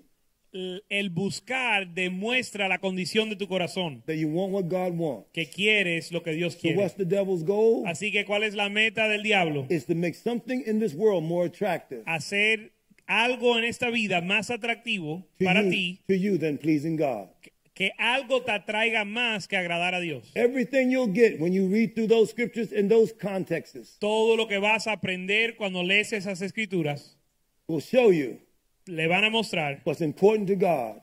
S3: L- El buscar demuestra la condición de tu corazón,
S2: that you want what God wants.
S3: que quieres lo que Dios
S2: So
S3: quiere.
S2: what's the devil's goal?
S3: Así que ¿cuál es la meta del diablo?
S2: Is to make something in this world more attractive
S3: Ah, Hacer algo en esta vida más atractivo
S2: to
S3: para
S2: you,
S3: ti,
S2: to you than pleasing God.
S3: que algo te atraiga más que agradar a Dios.
S2: Everything you'll get when you read through those scriptures in those contexts
S3: Todo lo que vas a aprender cuando lees esas escrituras
S2: will show you
S3: le van a mostrar
S2: what's important to God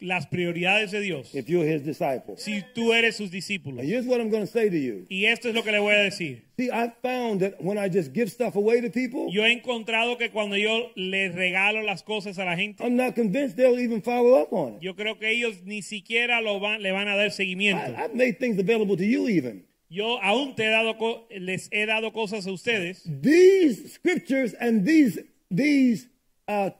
S3: las prioridades de Dios
S2: if you're his disciple.
S3: si tú eres sus
S2: And
S3: discípulos.
S2: here's what I'm going to say to you.
S3: Y esto es lo que le voy a decir.
S2: See, I found that when I just give stuff away to people,
S3: Yo he encontrado que cuando yo les regalo las cosas a la gente,
S2: I'm not convinced they'll even follow up on it.
S3: yo creo que ellos ni siquiera lo van, le van a dar seguimiento.
S2: I, I've made things available to you even.
S3: Yo aún te he dado co- les he dado cosas a ustedes
S2: These scriptures and these these uh,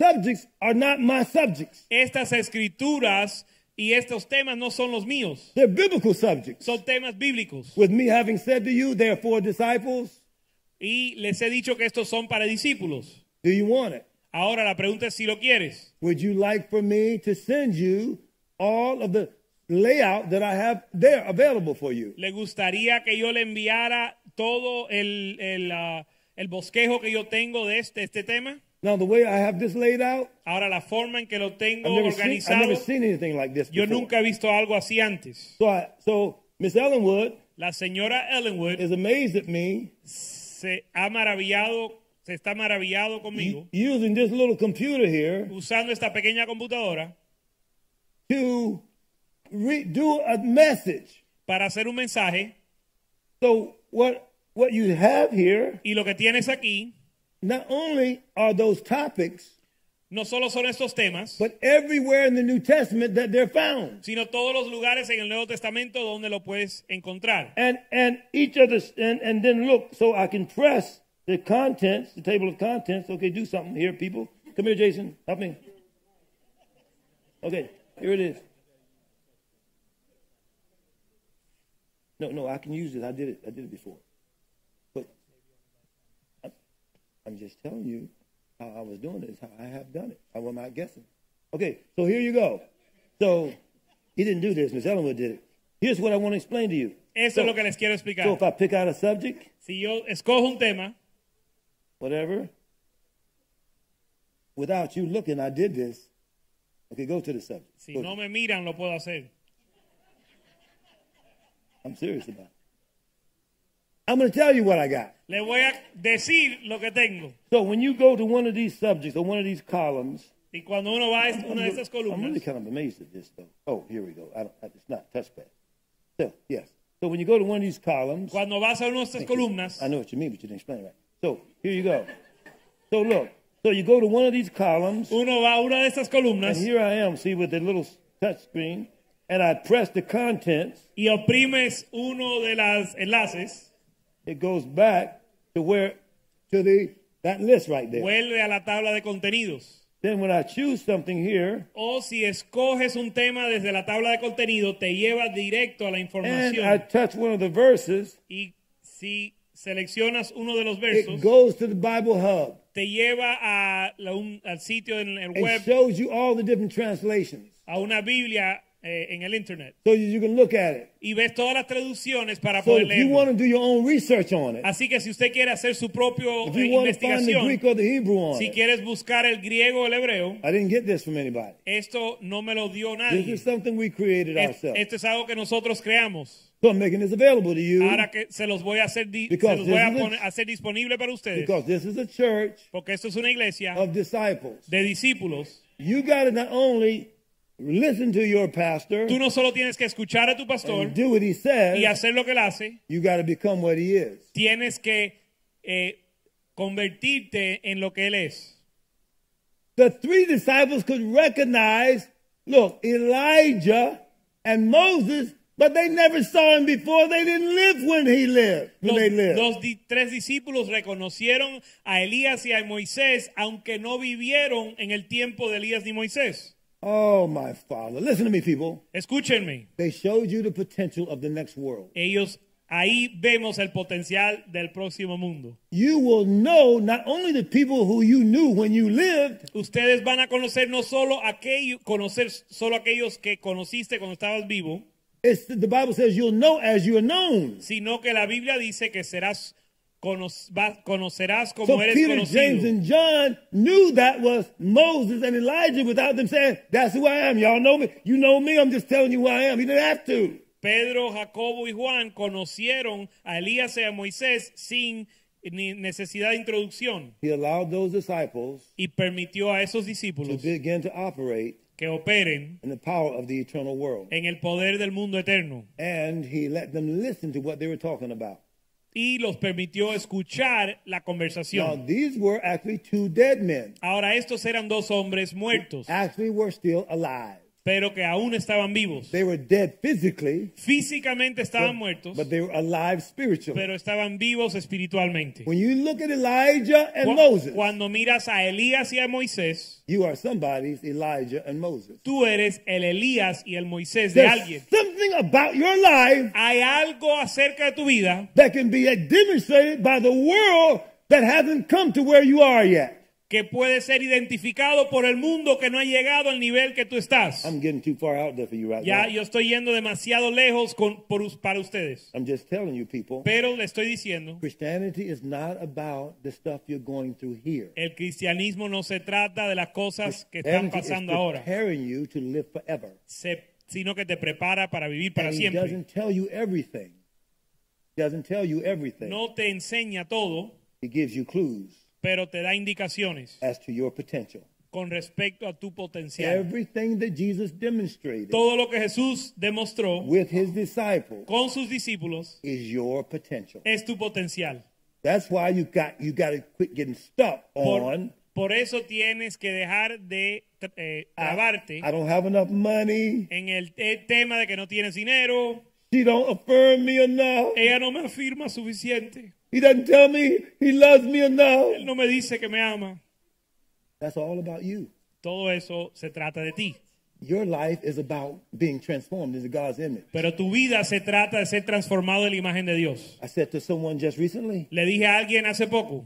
S2: subjects are not my subjects.
S3: estas escrituras y estos temas no son los míos,
S2: They're biblical subjects.
S3: son temas bíblicos.
S2: With me having said to you, therefore, disciples,
S3: Y les he dicho que estos son para discípulos.
S2: do you want it?
S3: Ahora la pregunta es si lo quieres.
S2: Would you like for me to send you all of the layout that I have there available for you?
S3: ¿Le gustaría que yo le enviara todo el, el, ah, el bosquejo que yo tengo de este, este tema?
S2: Now, the way I have this laid out,
S3: Ahora la forma en que lo tengo
S2: I've never, seen, I've
S3: organizado,
S2: never seen anything like this
S3: yo
S2: before.
S3: nunca he visto algo así antes.
S2: So, I, so Miss Ellenwood
S3: La señora Ellenwood
S2: is amazed at me
S3: se ha maravillado, se está maravillado conmigo
S2: using this little computer here
S3: usando esta pequeña computadora
S2: to re- do a message.
S3: para hacer un mensaje
S2: So what what you have here,
S3: y lo que tienes aquí
S2: not only are those topics,
S3: no solo son estos temas,
S2: but everywhere in the New Testament that they're found,
S3: sino todos los lugares en el Nuevo Testamento donde lo puedes encontrar.
S2: and and each of the and, and then look. So I can press the contents, the table of contents. Okay, do something here, people. Come here, Jason. Help me. Okay, Here it is. No, no, I can use it. I did it. I did it before. But I'm- I'm just telling you how I was doing it is how I have done it. I am not guessing. Okay, so here you go. So he didn't do this. Miss Ellenwood did it. Here's what I want to explain to you.
S3: Eso es lo que les quiero explicar.
S2: So if I pick out a subject,
S3: si yo escojo un tema
S2: whatever. Without you looking, I did this. Okay, go to the subject.
S3: Si
S2: Go.
S3: no me miran, lo puedo hacer.
S2: I'm serious about it. I'm going to tell you what I got.
S3: Les voy a decir lo que tengo.
S2: So when you go to one of these subjects or one of these columns,
S3: Y cuando uno va a es- una de
S2: I'm
S3: esas
S2: really- I'm
S3: columnas,
S2: really kind of amazed at this, though. Oh, here we go. I don't, it's not touchpad. So yes. So when you go to one of these columns,
S3: cuando vas a una de estas columnas,
S2: I know what you mean, but you didn't explain it right. So here you go. So look. So you go to one of these columns.
S3: uno va a una de estas
S2: And
S3: columnas
S2: here I am, see, with the little touch screen, and I press the contents.
S3: y oprimes uno de los enlaces,
S2: It goes back to where to the that list right there.
S3: vuelve a la tabla de contenidos.
S2: Then when I choose something here,
S3: O si escoges un tema desde la tabla de contenido, te lleva directo a
S2: and
S3: la
S2: I
S3: información.
S2: touch one of the verses,
S3: Y si seleccionas uno de los
S2: it
S3: versos,
S2: goes to the Bible Hub
S3: te lleva a la- un- al sitio en el
S2: and
S3: web,
S2: shows you all the different translations,
S3: a una Biblia eh, en el Internet.
S2: so you, you can look at it.
S3: y ves todas las traducciones para
S2: So
S3: poder
S2: if you
S3: leerlo.
S2: want to do your own research on it,
S3: Así que si usted quiere hacer su propio
S2: if
S3: eh,
S2: you want to find the
S3: investigación,
S2: Greek or the Hebrew on
S3: si
S2: it,
S3: quieres buscar el griego o el hebreo,
S2: I didn't get this from anybody.
S3: esto no me lo dio
S2: This
S3: nadie.
S2: is something we created
S3: Es-
S2: ourselves.
S3: esto es algo que nosotros creamos.
S2: So I'm making this available to you
S3: Ahora que se los voy a hacer, di- se
S2: Because
S3: los voy a
S2: this is a-
S3: poner- hacer disponible para ustedes,
S2: because this is a church
S3: porque esto es una iglesia
S2: of disciples.
S3: de discípulos.
S2: You got to not only listen to your pastor
S3: Tú no solo tienes que escuchar a tu pastor
S2: and do what he says,
S3: y hacer lo que él hace,
S2: you got to become what he is.
S3: tienes que eh, convertirte en lo que él es.
S2: The three disciples could recognize, look, Elijah and Moses, but they never saw him before. They didn't live when he lived, when
S3: Los,
S2: they lived.
S3: los di- tres discípulos reconocieron a Elías y a Moisés, aunque no vivieron en el tiempo de Elías ni Moisés.
S2: Oh, my father. Listen to me, people.
S3: Escúchenme,
S2: They showed you the potential of the next world.
S3: ellos ahí vemos el potencial del próximo mundo.
S2: You will know not only the people who you knew when you lived,
S3: Ustedes van a conocer no solo aquello, conocer solo aquellos que conociste cuando estabas vivo,
S2: it's, the Bible says you'll know as you are known.
S3: sino que la Biblia dice que serás cono- va- conocerás como
S2: So
S3: eres
S2: Peter,
S3: conocido.
S2: James, and John knew that was Moses and Elijah without them saying, That's who I am. Y'all know me. You know me. I'm just telling you who I am. He didn't have to.
S3: Pedro, Jacobo y Juan conocieron a Elías y a Moisés sin ni necesidad de introducción
S2: He allowed those disciples
S3: y permitió a esos
S2: to
S3: discípulos
S2: begin to operate
S3: que operen
S2: in the power of the eternal world.
S3: en el poder del mundo eterno
S2: And he let them listen to what they were talking about.
S3: y los permitió escuchar la
S2: Now,
S3: conversación.
S2: these were actually two dead men,
S3: Ahora estos eran dos hombres muertos,
S2: actually, were still alive.
S3: pero que aún estaban vivos.
S2: They were dead physically,
S3: Físicamente estaban muertos,
S2: but they were alive spiritually.
S3: pero estaban vivos espiritualmente.
S2: When you look at Elijah and
S3: Cu-
S2: Moses,
S3: Cuando miras a Elías y a Moisés,
S2: you are somebody's Elijah and Moses.
S3: tú eres el Elías y el Moisés de alguien.
S2: There's something about your life
S3: hay algo acerca de tu vida
S2: that can be demonstrated by the world that hasn't come to where you are yet.
S3: que puede ser identificado por el mundo que no ha llegado al nivel que tú estás.
S2: I'm getting too far out there for you right
S3: ya
S2: now.
S3: yo estoy yendo demasiado lejos con- por us- para ustedes,
S2: I'm just telling you, people.
S3: pero le estoy diciendo,
S2: Christianity is not about the stuff you're going through here.
S3: el cristianismo no se trata de las cosas que están
S2: Christianity is
S3: pasando ahora,
S2: preparing you to live forever.
S3: se- sino que te prepara para vivir para
S2: And he
S3: siempre.
S2: doesn't tell you everything. He doesn't tell you everything.
S3: No te enseña todo,
S2: He gives you clues
S3: pero te da indicaciones
S2: as to your potential.
S3: con respecto a tu potencial.
S2: Everything that Jesus demonstrated
S3: Todo lo que Jesús demostró
S2: with his disciples
S3: con sus discípulos
S2: is your potential.
S3: es tu potencial.
S2: That's why you got you got to quit getting stuck
S3: Por,
S2: on.
S3: por eso tienes que dejar de tra- eh, trabarte
S2: I don't have enough money.
S3: en el, el tema de que no tienes dinero.
S2: She don't affirm me enough.
S3: Ella no me afirma suficiente.
S2: He doesn't tell me he loves me enough.
S3: Él no me dice que me ama.
S2: That's all about you.
S3: Todo eso se trata de ti.
S2: Your life is about being transformed into God's image.
S3: Pero tu vida se trata de ser transformado en la imagen de Dios.
S2: I said to someone just recently,
S3: Le dije a alguien hace poco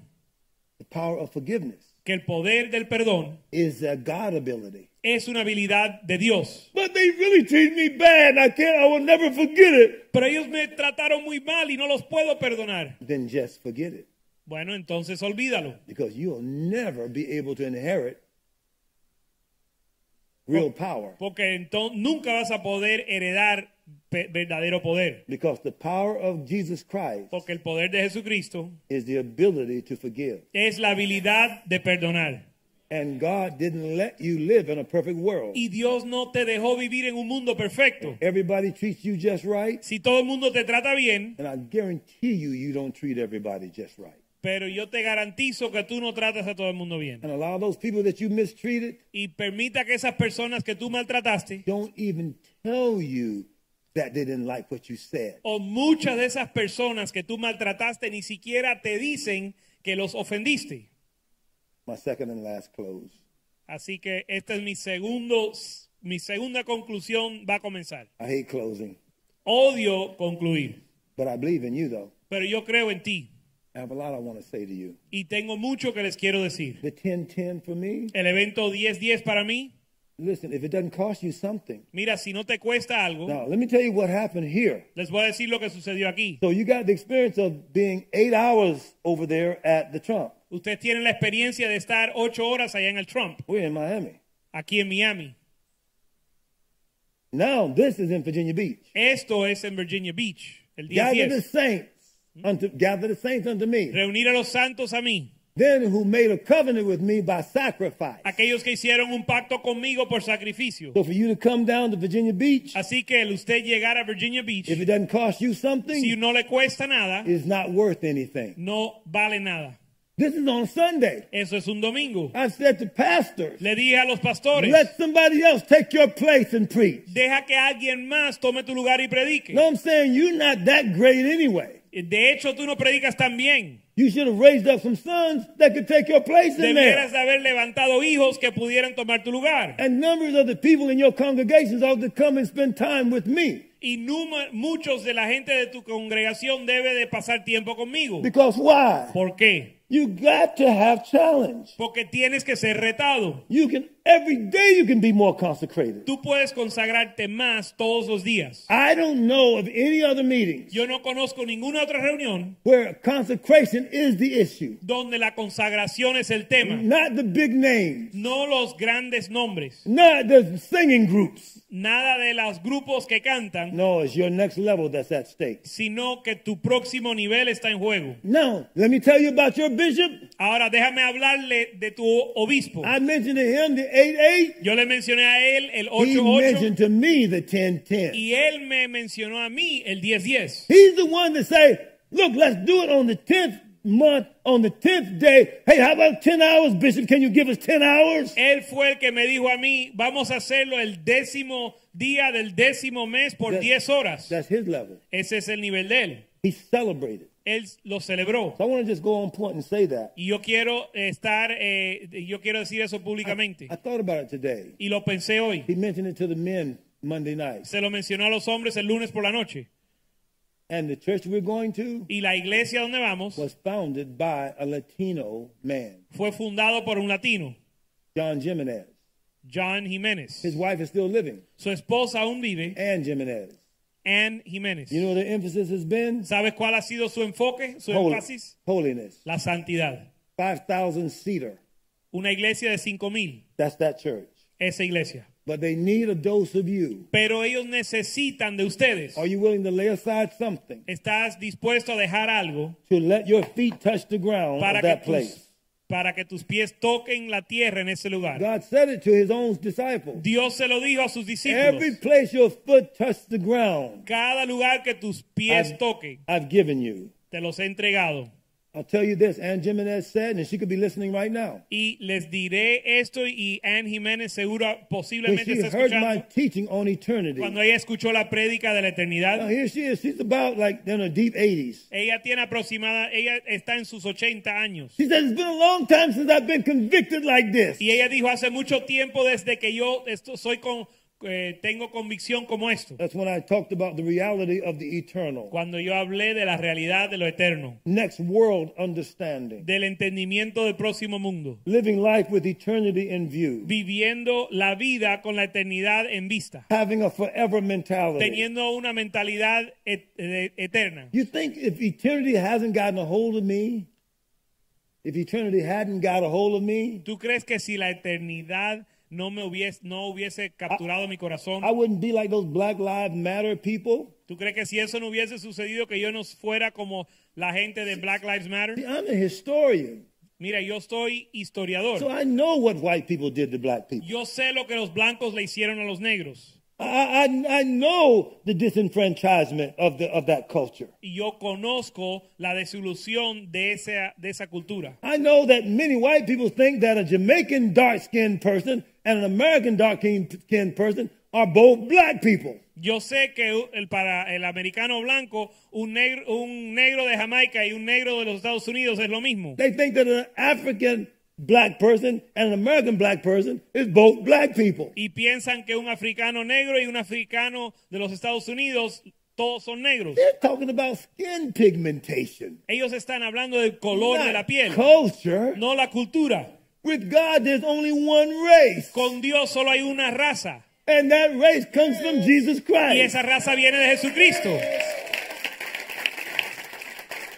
S2: the power of forgiveness
S3: que el poder del perdón
S2: is a God ability.
S3: es una habilidad de Dios.
S2: But they really treat me bad. I can't. I will never forget it.
S3: Pero ellos me trataron muy mal y no los puedo perdonar.
S2: Then just forget it,
S3: Bueno, entonces olvídalo.
S2: because you'll never be able to inherit real power.
S3: Porque entonces nunca vas a poder heredar pe- verdadero poder.
S2: Because the power of Jesus Christ
S3: Porque el poder de Jesucristo
S2: is the ability to forgive.
S3: es la habilidad de perdonar.
S2: And God didn't let you live in a perfect world.
S3: Y Dios no te dejó vivir en un mundo perfecto.
S2: Everybody treats you just right,
S3: Si todo el mundo te trata bien,
S2: and I guarantee you, you don't treat everybody just right.
S3: pero yo te garantizo que tú no tratas a todo el mundo bien.
S2: And a lot of those people that you mistreated
S3: Y permita que esas personas que tú maltrataste,
S2: don't even tell you that they didn't like what you said.
S3: o muchas de esas personas que tú maltrataste, ni siquiera te dicen que los ofendiste.
S2: My second and last close.
S3: Así que esta es mi segundo, mi segunda conclusión va a comenzar.
S2: I hate closing,
S3: Odio concluir,
S2: but I believe in you though.
S3: pero yo creo en ti
S2: I have a lot I want to say to you.
S3: y tengo mucho que les quiero decir.
S2: The 1010 for me,
S3: El evento 10-10 para mí,
S2: listen, if it doesn't cost you something.
S3: mira, si no te cuesta algo,
S2: Now, let me tell you what happened here.
S3: les voy a decir lo que sucedió aquí.
S2: So you got the experience of being eight hours over there at the Trump.
S3: Ustedes tienen la experiencia de estar ocho horas allá en el Trump,
S2: We're in Miami.
S3: aquí en Miami.
S2: Now this is in Virginia Beach.
S3: Esto es en Virginia Beach, el día
S2: Gather the
S3: 10.
S2: saints unto gather the saints unto me.
S3: Reunir a los santos a mí,
S2: Then who made a covenant with me by sacrifice.
S3: aquellos que hicieron un pacto conmigo por sacrificio.
S2: So for you to come down to Virginia Beach,
S3: Así que el usted llegar a Virginia
S2: if it
S3: Beach,
S2: doesn't cost you
S3: si
S2: something,
S3: no le cuesta nada,
S2: is not worth anything.
S3: no vale nada.
S2: This is on Sunday.
S3: Eso es un domingo.
S2: I said to pastors,
S3: Le dije a los pastores,
S2: let somebody else take your place and preach.
S3: deja que alguien más tome tu lugar y predique.
S2: No, I'm saying you're not that great anyway.
S3: De hecho, tú no predicas tan bien.
S2: You should have raised up some sons that could take your place in there.
S3: Debieras de haber levantado hijos que pudieran tomar tu lugar.
S2: And numbers of the people in your congregations ought to come and spend time with me.
S3: Y numa- muchos de la gente de tu congregación debe de pasar tiempo conmigo.
S2: Because why?
S3: ¿Por qué?
S2: You got to have challenge.
S3: Porque tienes que ser retado.
S2: You can every day you can be more consecrated.
S3: Tú puedes consagrarte más todos los días.
S2: I don't know of any other meetings
S3: Yo no conozco ninguna otra reunión
S2: where consecration is the issue,
S3: donde la consagración es el tema.
S2: not the big names,
S3: No los grandes nombres.
S2: not the singing groups.
S3: Nada de los grupos que cantan,
S2: No, it's your next level that's at stake.
S3: sino que tu próximo nivel está en juego.
S2: Now, let me tell you about your bishop.
S3: Ahora déjame hablarle de tu obispo.
S2: I mentioned to him the 8
S3: Yo le mencioné a él el
S2: 8. He
S3: 8-8
S2: mentioned to me the 10 10.
S3: y él me mencionó a mí el 10-10.
S2: He's the one that say, look, let's do it on the 10th month, on the 10th day. Hey, how about 10 hours, bishop? Can you give us 10 hours?
S3: Él fue el que me dijo a mí, vamos a hacerlo el décimo día del décimo mes por
S2: That-
S3: 10 horas.
S2: That's his level.
S3: Ese es el nivel de él.
S2: He celebrated.
S3: Él lo celebró.
S2: So I want to just go on point and say that.
S3: Y yo quiero estar, eh, yo quiero decir eso públicamente.
S2: I thought about it today.
S3: Y lo pensé hoy.
S2: He mentioned it to the men Monday night.
S3: Se lo mencionó a los hombres el lunes por la noche.
S2: And the church we're going to
S3: Y la iglesia donde vamos
S2: was founded by a Latino man,
S3: fue fundado por un latino,
S2: John Jimenez.
S3: John Jiménez.
S2: His wife is still living,
S3: Su esposa aún vive,
S2: Ann Jimenez.
S3: Ann Jiménez.
S2: You know what the emphasis has been?
S3: ¿Sabes cuál ha sido su enfoque, su
S2: Hol-
S3: énfasis?
S2: holiness.
S3: La santidad.
S2: 5,000 seater.
S3: Una iglesia de 5.000,
S2: That's that church.
S3: esa iglesia.
S2: But they need a dose of you.
S3: Pero ellos necesitan de ustedes.
S2: Are you willing to lay aside something
S3: ¿Estás dispuesto a dejar algo
S2: to let your feet touch the ground
S3: para
S2: of
S3: que,
S2: that
S3: tus,
S2: place?
S3: para que tus pies toquen la tierra en ese lugar?
S2: God said it to his own disciples.
S3: Dios se lo dijo a sus discípulos.
S2: Every place your foot touched the ground,
S3: Cada lugar que tus
S2: I've-
S3: pies toquen,
S2: I've given you.
S3: te los he entregado.
S2: I'll tell you this, Ann Jimenez said, and she could be listening right now.
S3: Y les diré esto y Ann Jiménez seguro
S2: When
S3: posiblemente
S2: she
S3: está
S2: heard my
S3: escuchando.
S2: teaching on eternity.
S3: Cuando ella escuchó la prédica de la
S2: Now
S3: eternidad,
S2: here she is. She's about like in her deep 80s.
S3: Ella tiene aproximada, ella está en sus 80 años.
S2: She said, It's been a long time since I've been convicted like this.
S3: Y ella dijo hace mucho tiempo desde que yo esto- soy con- eh, tengo convicción como esto.
S2: That's when I talked about the reality of the eternal,
S3: Cuando yo hablé de la realidad de lo eterno,
S2: next world understanding,
S3: del entendimiento del próximo mundo,
S2: living life with eternity in view,
S3: viviendo la vida con la eternidad en vista,
S2: having a forever mentality.
S3: teniendo una mentalidad et- eh, eterna.
S2: You think if eternity hasn't gotten a hold of me, if eternity hadn't got a hold of me,
S3: ¿Tú crees que si la eternidad no me hubiese, no hubiese capturado mi corazón?
S2: I wouldn't be like those Black Lives Matter people?
S3: ¿Tú crees que si eso no hubiese sucedido, que yo no fuera como la gente de Black Lives
S2: See,
S3: Matter?
S2: I'm a historian,
S3: Mira, yo soy
S2: so
S3: historiador.
S2: I know what white people did to black people.
S3: Yo sé lo que los blancos le hicieron a los negros.
S2: I, I, I know the disenfranchisement of, the, of that culture.
S3: Y yo conozco la desilusión de esa, de esa cultura.
S2: I know that many white people think that a Jamaican dark skinned person and an American dark skinned person are both black people.
S3: Yo sé que u- el- para el americano blanco, un negro, un negro de Jamaica y un negro de los Estados Unidos es lo mismo.
S2: They think that an African black person and an American black person is both black people.
S3: Y piensan que un africano negro y un africano de los Estados Unidos, todos son negros.
S2: They're talking about skin pigmentation,
S3: Ellos están hablando del color de
S2: not
S3: la piel,
S2: culture.
S3: no la cultura.
S2: With God, there's only one race,
S3: Con Dios solo hay una raza.
S2: and that race comes from Jesus
S3: Y
S2: Christ.
S3: esa raza viene de Jesucristo.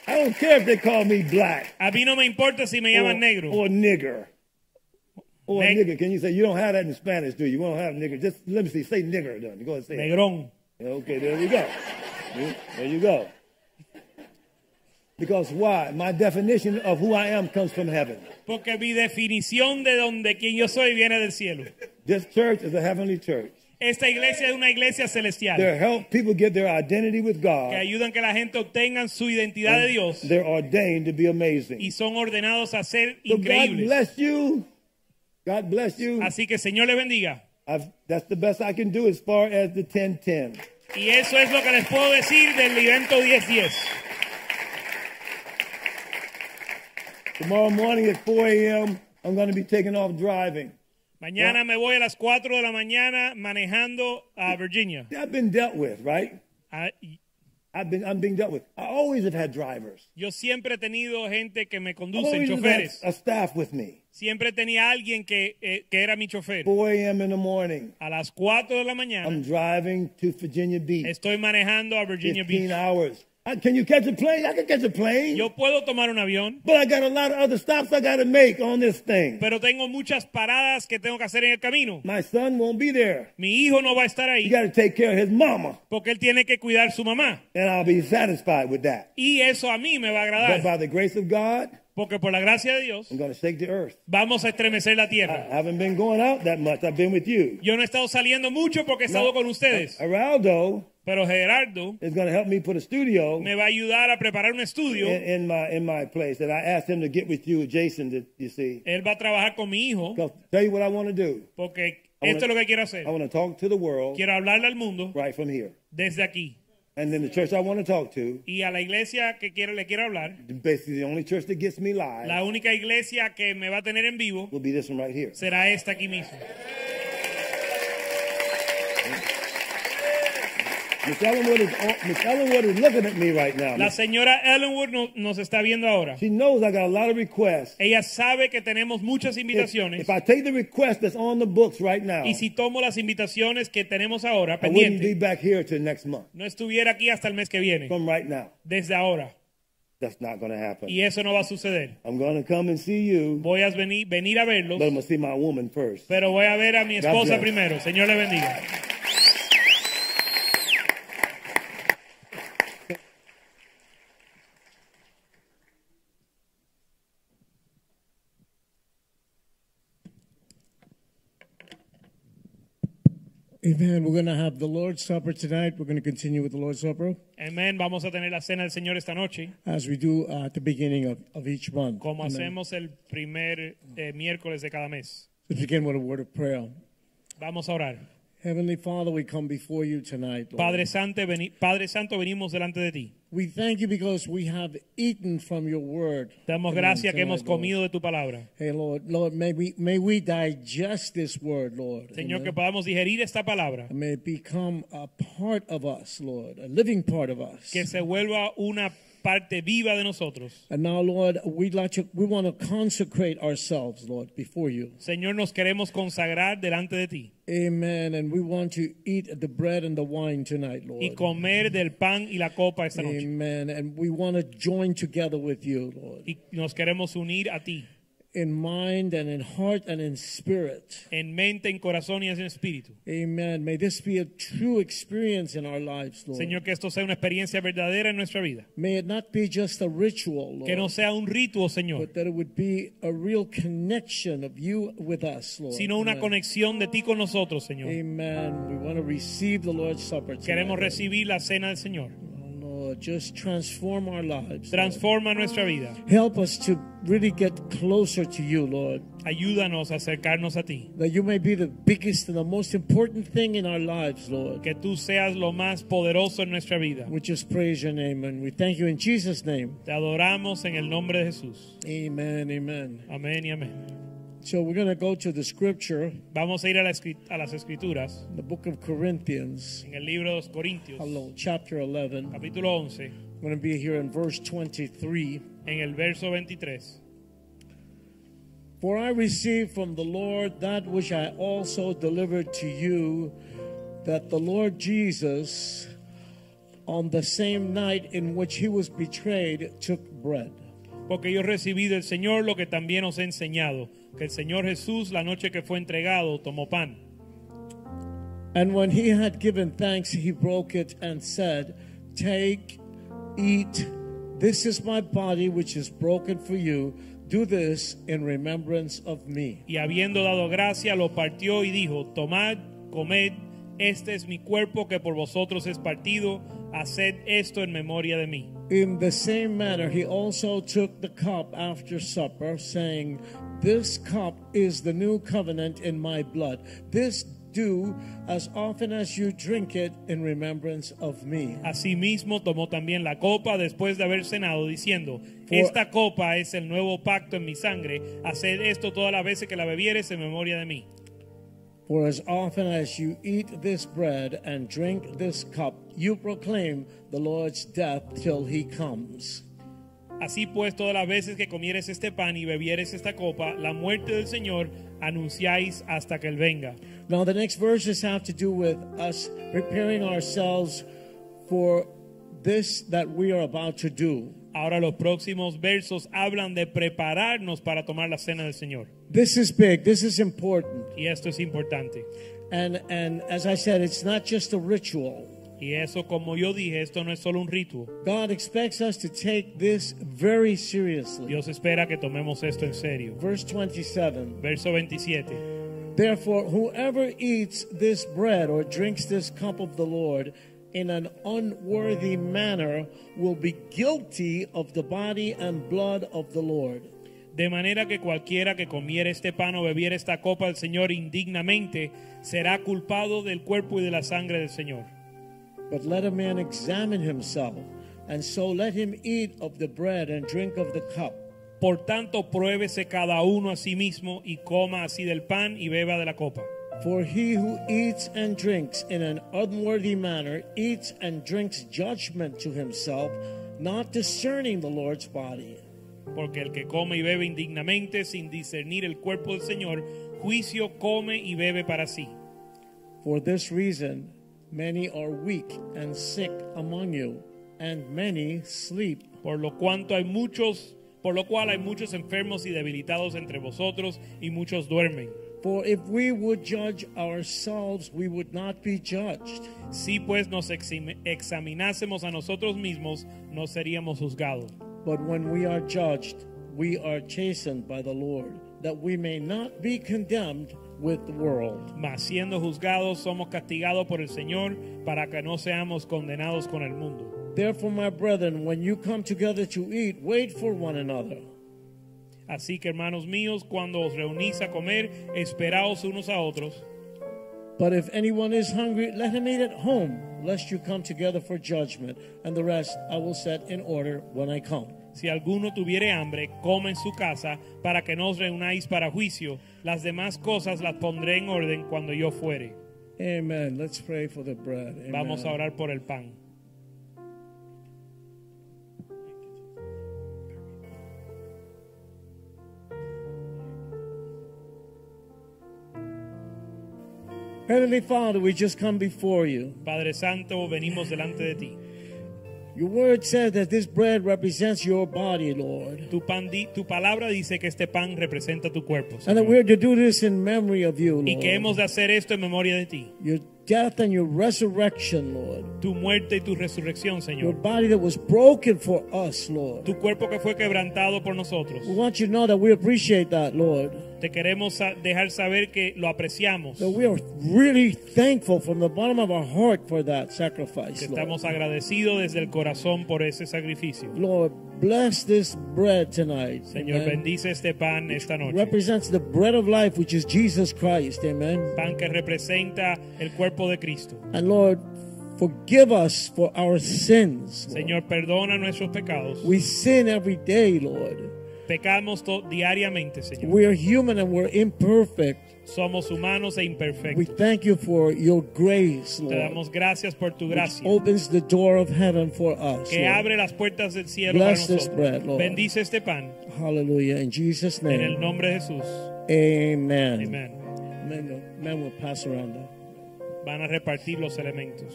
S2: I don't care if they call me black.
S3: A mí no me importa si me
S2: or,
S3: llaman negro.
S2: or nigger. Or
S3: Neg-
S2: nigger. Can you say you don't have that in Spanish, do you? You don't have nigger. Just let me see. Say nigger. Then you go and say. it.
S3: Negrón.
S2: Okay, there you go. You- There you go. Because why? My definition of who I am comes from heaven.
S3: Porque mi definición de donde quien yo soy viene del cielo.
S2: This church is a heavenly church.
S3: Esta iglesia es una iglesia celestial
S2: They help people get their identity with
S3: que
S2: God.
S3: ayudan que la gente obtenga su identidad
S2: Oh,
S3: de Dios
S2: They're ordained to be amazing.
S3: y son ordenados a ser
S2: So God
S3: increíbles.
S2: bless you. God bless you.
S3: Así que Señor les bendiga.
S2: I've, that's the best I can do as far as the 1010.
S3: Y eso es lo que les puedo decir del evento 1010.
S2: Tomorrow morning at 4 a.m., I'm going to be taking off driving.
S3: Mañana me voy a las 4 de la mañana manejando a Virginia.
S2: See, I've been dealt with, right?
S3: Ah, y-
S2: I've been, I'm being dealt with. I always have had drivers.
S3: Yo siempre he tenido gente que me
S2: I've
S3: conduce,
S2: always have had
S3: choferes.
S2: a staff with me.
S3: Siempre tenía alguien que, eh, que era mi chofer.
S2: 4 a.m. in the morning,
S3: A las 4 de la mañana
S2: I'm driving to Virginia Beach.
S3: estoy manejando a Virginia
S2: 15
S3: Beach.
S2: hours. I, can you catch a plane? I can catch a plane.
S3: Yo puedo tomar un avión,
S2: But I got a lot of other stops I got to make on this thing.
S3: pero tengo muchas paradas que tengo que hacer en el camino.
S2: My son won't be there.
S3: Mi hijo no va a estar
S2: He
S3: ahí
S2: got to take care of his mama,
S3: porque él tiene que cuidar su mamá.
S2: and I'll be satisfied with that.
S3: Y eso a mí me va a
S2: But
S3: agradar
S2: by the grace of God,
S3: porque por la gracia de Dios
S2: I'm going to shake the earth.
S3: vamos a estremecer la
S2: I
S3: tierra.
S2: haven't been going out that much. I've been with you.
S3: Yo no he estado saliendo mucho porque he estado con ustedes,
S2: Araldo
S3: pero Gerardo
S2: is going to help me put a studio
S3: me va a ayudar a preparar un estudio.
S2: in, in my in my place, and I asked him to get with you, Jason. To, you see,
S3: Él va a trabajar con mi hijo
S2: 'Cause tell you what I want to do.
S3: porque
S2: I wanna-
S3: esto es lo que quiero hacer.
S2: I want to talk to the world
S3: Quiero hablarle al mundo
S2: right from here,
S3: desde aquí.
S2: and then the church I want to talk to,
S3: Y a la iglesia que quiero, le quiero hablar,
S2: basically the only church that gets me live,
S3: la única iglesia que me va a tener en vivo
S2: will be this one right here.
S3: será esta aquí mismo.
S2: Miss Ellenwood is on- Miss Ellenwood is looking at me right now.
S3: La señora Ellenwood no- nos está viendo ahora.
S2: she knows I got a lot of requests.
S3: Ella sabe que tenemos muchas
S2: If,
S3: invitaciones.
S2: if I take the request that's on the books right now,
S3: Y si tomo las invitaciones que tenemos ahora
S2: I wouldn't be
S3: pendiente,
S2: back here till next month.
S3: no estuviera aquí hasta el mes que viene,
S2: From right now,
S3: desde ahora.
S2: that's not going to happen.
S3: Y eso no va a suceder.
S2: I'm going to come and see you.
S3: Voy a venir, venir a verlos,
S2: But I'm gonna see my woman first.
S3: pero voy a ver a mi esposa
S2: bless.
S3: primero. Señor le bendiga.
S4: Amen. We're going to have the Lord's Supper tonight. We're going to continue with the Lord's Supper
S3: Amén. Vamos a tener la cena del Señor esta noche,
S4: as we do uh, at the beginning of, of each month.
S3: como
S4: Amen.
S3: hacemos el primer eh, miércoles de cada mes.
S4: Let's begin with a word of prayer.
S3: Vamos a orar.
S4: Heavenly Father, we come before you tonight. Lord.
S3: Padre Santo, veni- Padre Santo venimos delante de ti.
S4: We thank you because we have eaten from your word.
S3: Te damos
S4: Amen.
S3: gracias que
S4: Tonight,
S3: hemos
S4: Lord.
S3: comido de tu palabra.
S4: Hey, Lord, Lord, may we, may we digest this word, Lord.
S3: Señor, que
S4: Amen.
S3: podamos digerir esta palabra.
S4: And may it become a part of us, Lord, a living part of us.
S3: Que se vuelva una parte viva de nosotros.
S4: And now, Lord, we'd like to, we want to consecrate ourselves, Lord, before you.
S3: Señor, nos queremos consagrar delante de ti
S4: Amen. And we want to eat the bread and the wine tonight, Lord.
S3: y comer del pan y la copa esta noche.
S4: Amen. And we want to join together with you, Lord,
S3: Y nos queremos unir a ti
S4: in mind and in heart and in spirit.
S3: en mente, en corazón y en espíritu.
S4: Amen. May this be a true experience in our lives, Lord.
S3: Señor, que esto sea una experiencia verdadera en nuestra vida.
S4: May it not be just a ritual, Lord,
S3: Que no sea un ritual, Señor,
S4: but that it would be a real connection of you with us, Lord.
S3: sino una
S4: Amen.
S3: conexión de ti con nosotros, Señor.
S4: Amen. We want to receive the Lord's Supper. tonight,
S3: Queremos
S4: Lord.
S3: recibir la cena del Señor.
S4: Oh, Lord, just transform our lives. Lord.
S3: Transforma nuestra vida.
S4: Help us to really get closer to you, Lord,
S3: Ayúdanos a acercarnos a ti.
S4: that you may be the biggest and the most important thing in our lives, Lord.
S3: Que tú seas lo más poderoso en nuestra vida.
S4: We just praise your name and we thank you in Jesus' name.
S3: Te adoramos en el nombre de Jesús.
S4: Amen, amen.
S3: Amén y amén.
S4: So we're going to go to the scripture,
S3: Vamos a ir a, la escrit- a las escrituras
S4: the book of Corinthians,
S3: en el libro de los Corintios,
S4: hello, chapter 11.
S3: capítulo 11,
S4: I'm going to be here in verse 23.
S3: en el verso 23.
S4: For I received from the Lord that which I also delivered to you, that the Lord Jesus, on the same night in which he was betrayed, took bread.
S3: Porque yo recibí del Señor lo que también os he enseñado, que el Señor Jesús la noche que fue entregado tomó pan
S4: And when he had given thanks, he broke it and said, Take, eat, this is my body which is broken for you. Do this in remembrance of me.
S3: y habiendo dado gracia lo partió y dijo, tomad, comed, este es mi cuerpo que por vosotros es partido, haced esto en memoria de mí.
S4: In the same manner, he also took the cup after supper, saying, This cup is the new covenant in my blood. This do as often as you drink it in remembrance of me.
S3: Asimismo tomó también la copa después de haber cenado, diciendo, esta copa es el nuevo pacto en mi sangre, haced esto todas las veces que la bebieres en memoria de mí.
S4: For as often as you eat this bread and drink this cup, you proclaim the Lord's death till he comes.
S3: Así pues, todas las veces que comieres este pan y bebieres esta copa, la muerte del Señor anunciáis hasta que Él venga.
S4: Now, the next verses have to do with us preparing ourselves for this that we are about to do.
S3: Ahora los próximos versos hablan de prepararnos para tomar la cena del Señor.
S4: This is big. This is important.
S3: Y esto es importante.
S4: And and as I said, it's not just a ritual.
S3: Y eso, como yo dije, esto no es solo un ritual.
S4: God expects us to take this very seriously.
S3: Dios espera que tomemos esto en serio.
S4: Verse 27.
S3: Verso 27.
S4: Therefore, whoever eats this bread or drinks this cup of the Lord in an unworthy manner will be guilty of the body and blood of the Lord.
S3: De manera que cualquiera que comiere este pan o bebiera esta copa del Señor indignamente será culpado del cuerpo y de la sangre del Señor.
S4: But let a man examine himself, and so let him eat of the bread and drink of the cup.
S3: Por tanto, pruébese cada uno a sí mismo y coma así del pan y beba de la copa.
S4: For he who eats and drinks in an unworthy manner eats and drinks judgment to himself, not discerning the Lord's body.
S3: Porque el que come y bebe indignamente sin discernir el cuerpo del Señor, juicio come y bebe para sí.
S4: For this reason, many are weak and sick among you, and many sleep.
S3: Por lo cuanto hay muchos, por lo cual hay muchos enfermos y debilitados entre vosotros y muchos duermen.
S4: For if we would judge ourselves, we would not be judged.
S3: Si pues nos exime- examinásemos a nosotros mismos, no seríamos juzgados.
S4: But when we are judged, we are chastened by the Lord, that we may not be condemned with the world.
S3: Mas siendo juzgados somos castigados por el Señor para que no seamos condenados con el mundo.
S4: Therefore, my brethren, when you come together to eat, wait for one another.
S3: Así que hermanos míos, cuando os reunís a comer, esperaos unos a otros.
S4: But if anyone is hungry, let him eat at home, lest you come together for judgment. And the rest I will set in order when I come.
S3: Si alguno tuviere hambre, coma en su casa, para que no os reunáis para juicio. Las demás cosas las pondré en orden cuando yo fuere.
S4: Amen. Let's pray for the bread. Amen.
S3: Vamos a orar por el pan.
S4: Heavenly Father, we just come before you.
S3: Padre Santo, venimos delante de ti.
S4: Your word says that this bread represents your body, Lord.
S3: Tu, pan di- tu palabra dice que este pan representa tu cuerpo.
S4: And that
S3: Señor,
S4: we're to do this in memory of you,
S3: y que
S4: Lord.
S3: hemos de hacer esto en memoria de ti.
S4: Your death and your resurrection, Lord.
S3: Tu muerte y tu resurrección,
S4: Your
S3: Señor.
S4: body that was broken for us, Lord.
S3: Tu cuerpo que fue quebrantado por nosotros.
S4: We want you to know that we appreciate that, Lord.
S3: Te queremos sa- dejar saber que lo apreciamos.
S4: That we are really thankful from the bottom of our heart for that
S3: Que
S4: sacrifice, Lord.
S3: estamos agradecidos desde el corazón por ese sacrificio.
S4: Lord, bless this bread tonight.
S3: Señor,
S4: amen.
S3: bendice este pan esta noche.
S4: Represents the bread of life, which is Jesus Christ. Amen.
S3: Pan que representa el cuerpo de Cristo.
S4: And Lord, forgive us for our sins. Lord.
S3: Señor, perdona nuestros pecados.
S4: We sin every day, Lord.
S3: Pecamos to- diariamente, Señor.
S4: We are human and we're imperfect.
S3: Somos humanos e
S4: We
S3: imperfectos.
S4: thank you for your grace,
S3: Te
S4: Lord.
S3: damos gracias por tu
S4: which
S3: gracia.
S4: opens the door of heaven for us.
S3: Que
S4: Lord.
S3: abre las puertas del cielo para
S4: Bless this
S3: nosotros.
S4: bread, Lord.
S3: Bendice este pan.
S4: Hallelujah. In Jesus'
S3: En el
S4: name.
S3: nombre de Jesús.
S4: Amen.
S3: Amén.
S4: Amen. Man will pass around that.
S3: Van a repartir los elementos.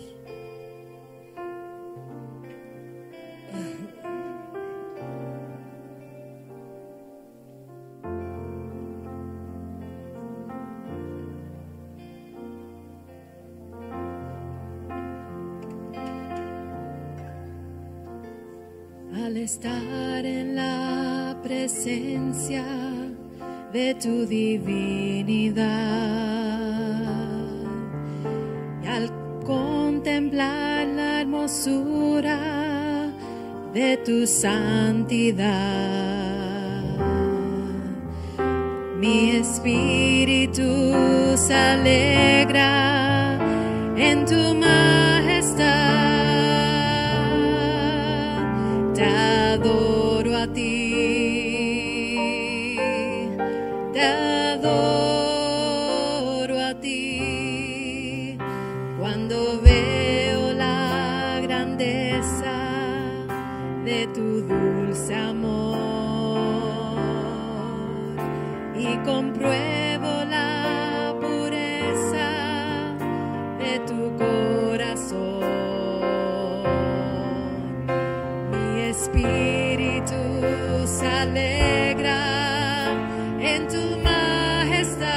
S5: Al estar en la presencia de tu divinidad y al contemplar la hermosura de tu santidad, mi espíritu se alegra en tu majestad. Te adoro a ti. Te adoro a ti. Cuando veo la grandeza de tu dulce amor y compruebo la pureza de tu corazón. Mi espíritu se alegra en tu majestad.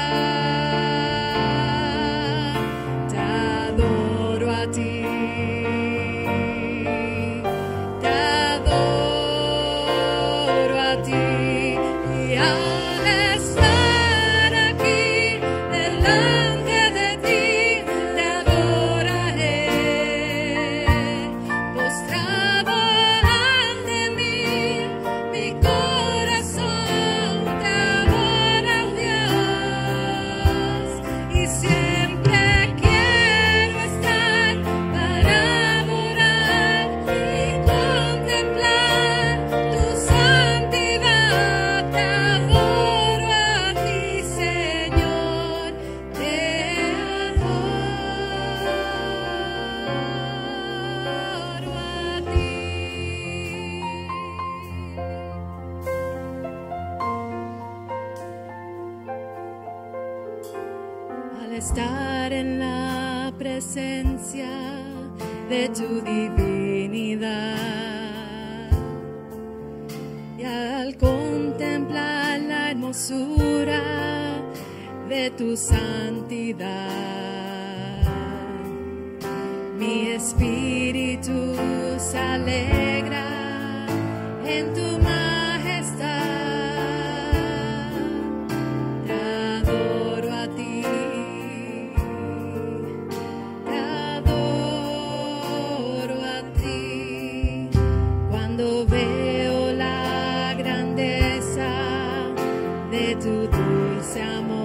S5: Te adoro a ti. Te adoro a ti. Y al estar aquí delante de ti, te adoraré. Postrado ante mí, mi corazón te adora, Dios. Y siempre quiero estar para adorar y contemplar tu santidad. Te adoro a ti, Señor. Te adoro a ti. al estar en la presencia de tu divinidad y al contemplar la hermosura de tu santidad. Mi espíritu se alegra en tu majestad. Te adoro a ti. Te adoro a ti. Cuando veo la grandeza de tu dulce amor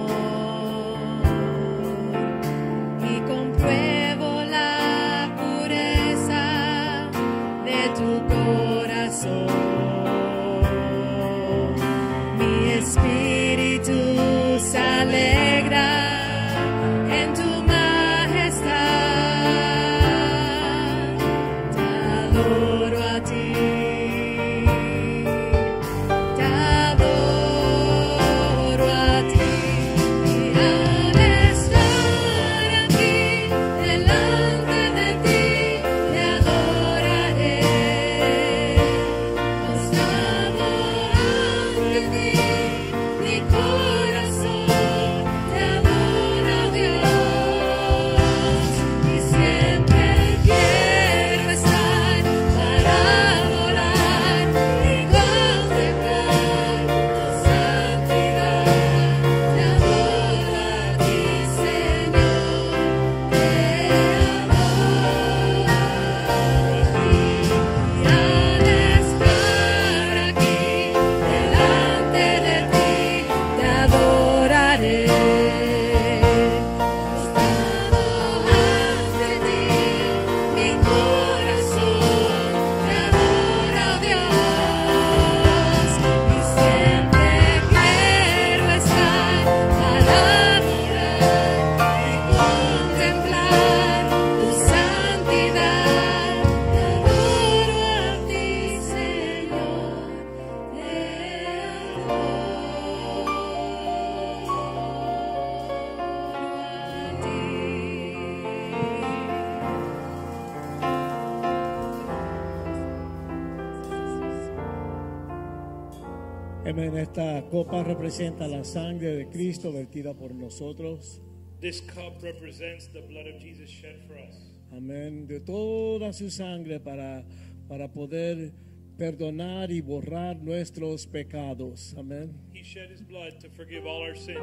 S4: Amén. Esta copa representa la sangre de Cristo vertida por nosotros.
S3: This cup represents the blood of Jesus shed for us.
S4: Amén. De toda su sangre para, para poder perdonar y borrar nuestros pecados. Amén.
S3: He shed his blood to forgive all our sins.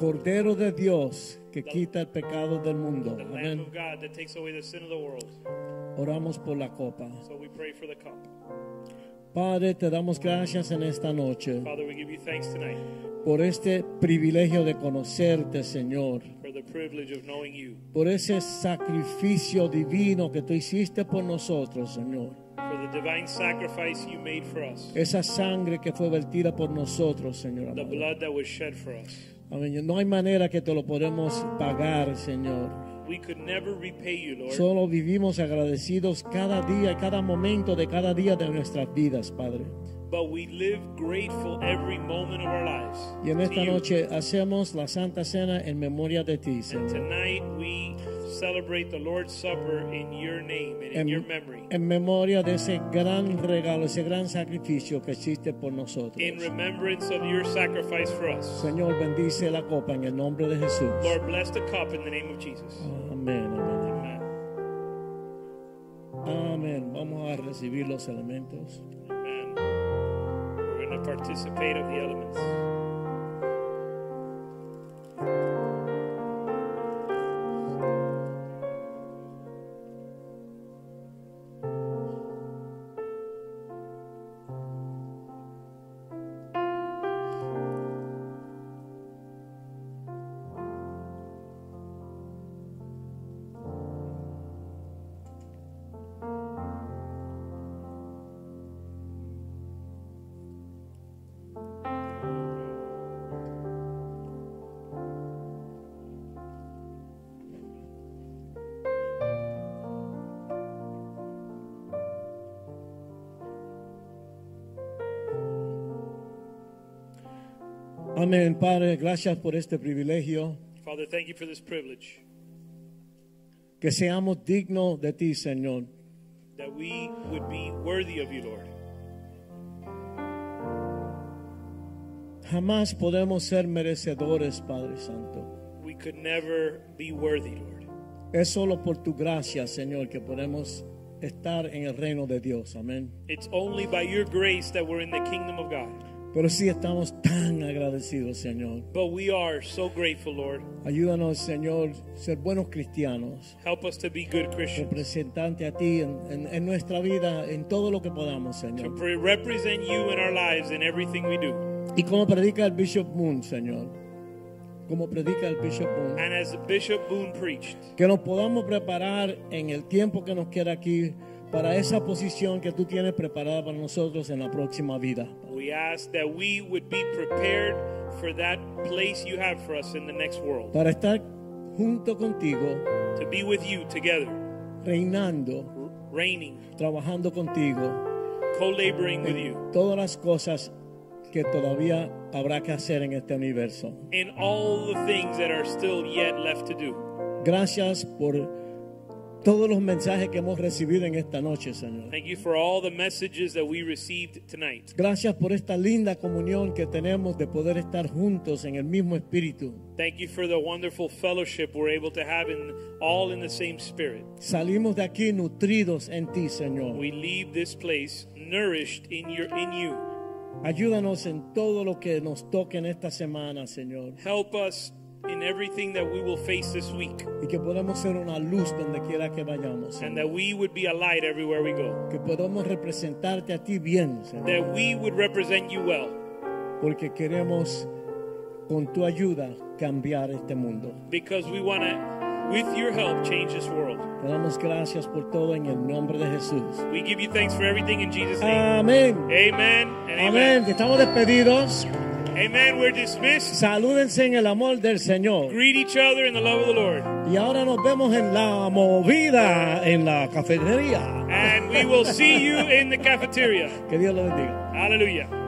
S4: Cordero de Dios que quita el pecado del mundo.
S3: The Lamb
S4: Amén.
S3: of God that takes away the sin of the world.
S4: Oramos por la copa.
S3: So we pray for the cup.
S4: Padre, te damos gracias en esta noche
S3: Father, we give you thanks tonight
S4: por este privilegio de conocerte, Señor.
S3: for the privilege of knowing you,
S4: Por ese sacrificio divino que tú hiciste por nosotros, Señor.
S3: for the divine sacrifice you made for us,
S4: Esa sangre que fue vertida por nosotros, Señor.
S3: the
S4: amado.
S3: blood that was shed for us.
S4: Amén. No hay manera que te lo podemos pagar, Señor.
S3: We could never repay you, Lord.
S4: Solo vivimos agradecidos cada día, y cada momento de cada día de nuestras vidas, Padre.
S3: But we live grateful every moment of our lives.
S4: Y en
S3: to
S4: esta
S3: you.
S4: noche hacemos la Santa Cena en memoria de ti,
S3: And
S4: Señor.
S3: tonight we celebrate the Lord's Supper in your name and in your memory.
S4: en memoria de ese gran regalo, ese gran sacrificio que existe por nosotros.
S3: In remembrance of your sacrifice for us.
S4: Señor, bendice la copa en el nombre de Jesús.
S3: Lord, bless the cup in the name of Jesus.
S4: Amén, amén.
S3: Amen.
S4: Amén. Vamos a recibir los elementos.
S3: Amen. We're going to participate of the elements.
S4: Amén, Padre. Gracias por este privilegio.
S3: Father, thank you for this privilege
S4: Que seamos dignos de ti, Señor.
S3: that we would be worthy of you, Lord.
S4: Jamás podemos ser merecedores, Padre Santo.
S3: We could never be worthy, Lord.
S4: Es solo por tu gracia, Señor, que podemos estar en el reino de Dios. Amén.
S3: It's only by your grace that we're in the kingdom of God.
S4: Pero sí estamos tan agradecidos, Señor.
S3: But we are so grateful, Lord.
S4: Ayúdanos, Señor, ser buenos cristianos,
S3: Help us to be good Christians,
S4: representante a ti en, en- en nuestra vida, en todo lo que podamos,
S3: to
S4: Señor.
S3: pre- represent you in our lives in everything we do.
S4: Y como predica el Bishop Moon, Señor, como predica el Bishop Moon,
S3: And as Bishop Boone preached,
S4: que nos podamos preparar en el tiempo que nos queda aquí para esa posición que tú tienes preparada para nosotros en la próxima vida.
S3: we ask that we would be prepared for that place you have for us in the next world,
S4: Para estar junto contigo,
S3: to be with you together,
S4: reinando,
S3: reigning,
S4: trabajando contigo,
S3: co laboring with you
S4: todas las cosas que todavía habrá que hacer en este universo.
S3: in all the things that are still yet left to do.
S4: Gracias por todos los mensajes que hemos recibido en esta noche, Señor.
S3: Thank you for all the messages that we received tonight.
S4: Gracias por esta linda comunión que tenemos de poder estar juntos en el mismo espíritu,
S3: Thank you for the wonderful fellowship we're able to have in all in the same spirit.
S4: Salimos de aquí nutridos en ti, Señor.
S3: We leave this place nourished in your in you.
S4: Ayúdanos en todo lo que nos toque en esta semana, Señor.
S3: Help us in everything that we will face this week
S4: Y que podamos ser una luz donde quiera que vayamos.
S3: and
S4: Señor.
S3: that we would be a light everywhere we go.
S4: Que podamos representarte a ti bien, Señor.
S3: That we would represent you well
S4: Porque queremos, con tu ayuda, cambiar este mundo.
S3: because we want to with your help change this world.
S4: Te damos gracias por todo en el nombre de Jesús.
S3: We give you thanks for everything in Jesus name.
S4: Amén.
S3: Amen. And
S4: Amén.
S3: amen.
S4: Estamos despedidos.
S3: Amen. We're dismissed.
S4: Salúdense en el amor del Señor.
S3: Greet each other in the love of the Lord.
S4: Y ahora nos vemos en la movida, en la cafetería.
S3: And we will see you in the cafeteria.
S4: Que Dios lo bendiga.
S3: Hallelujah.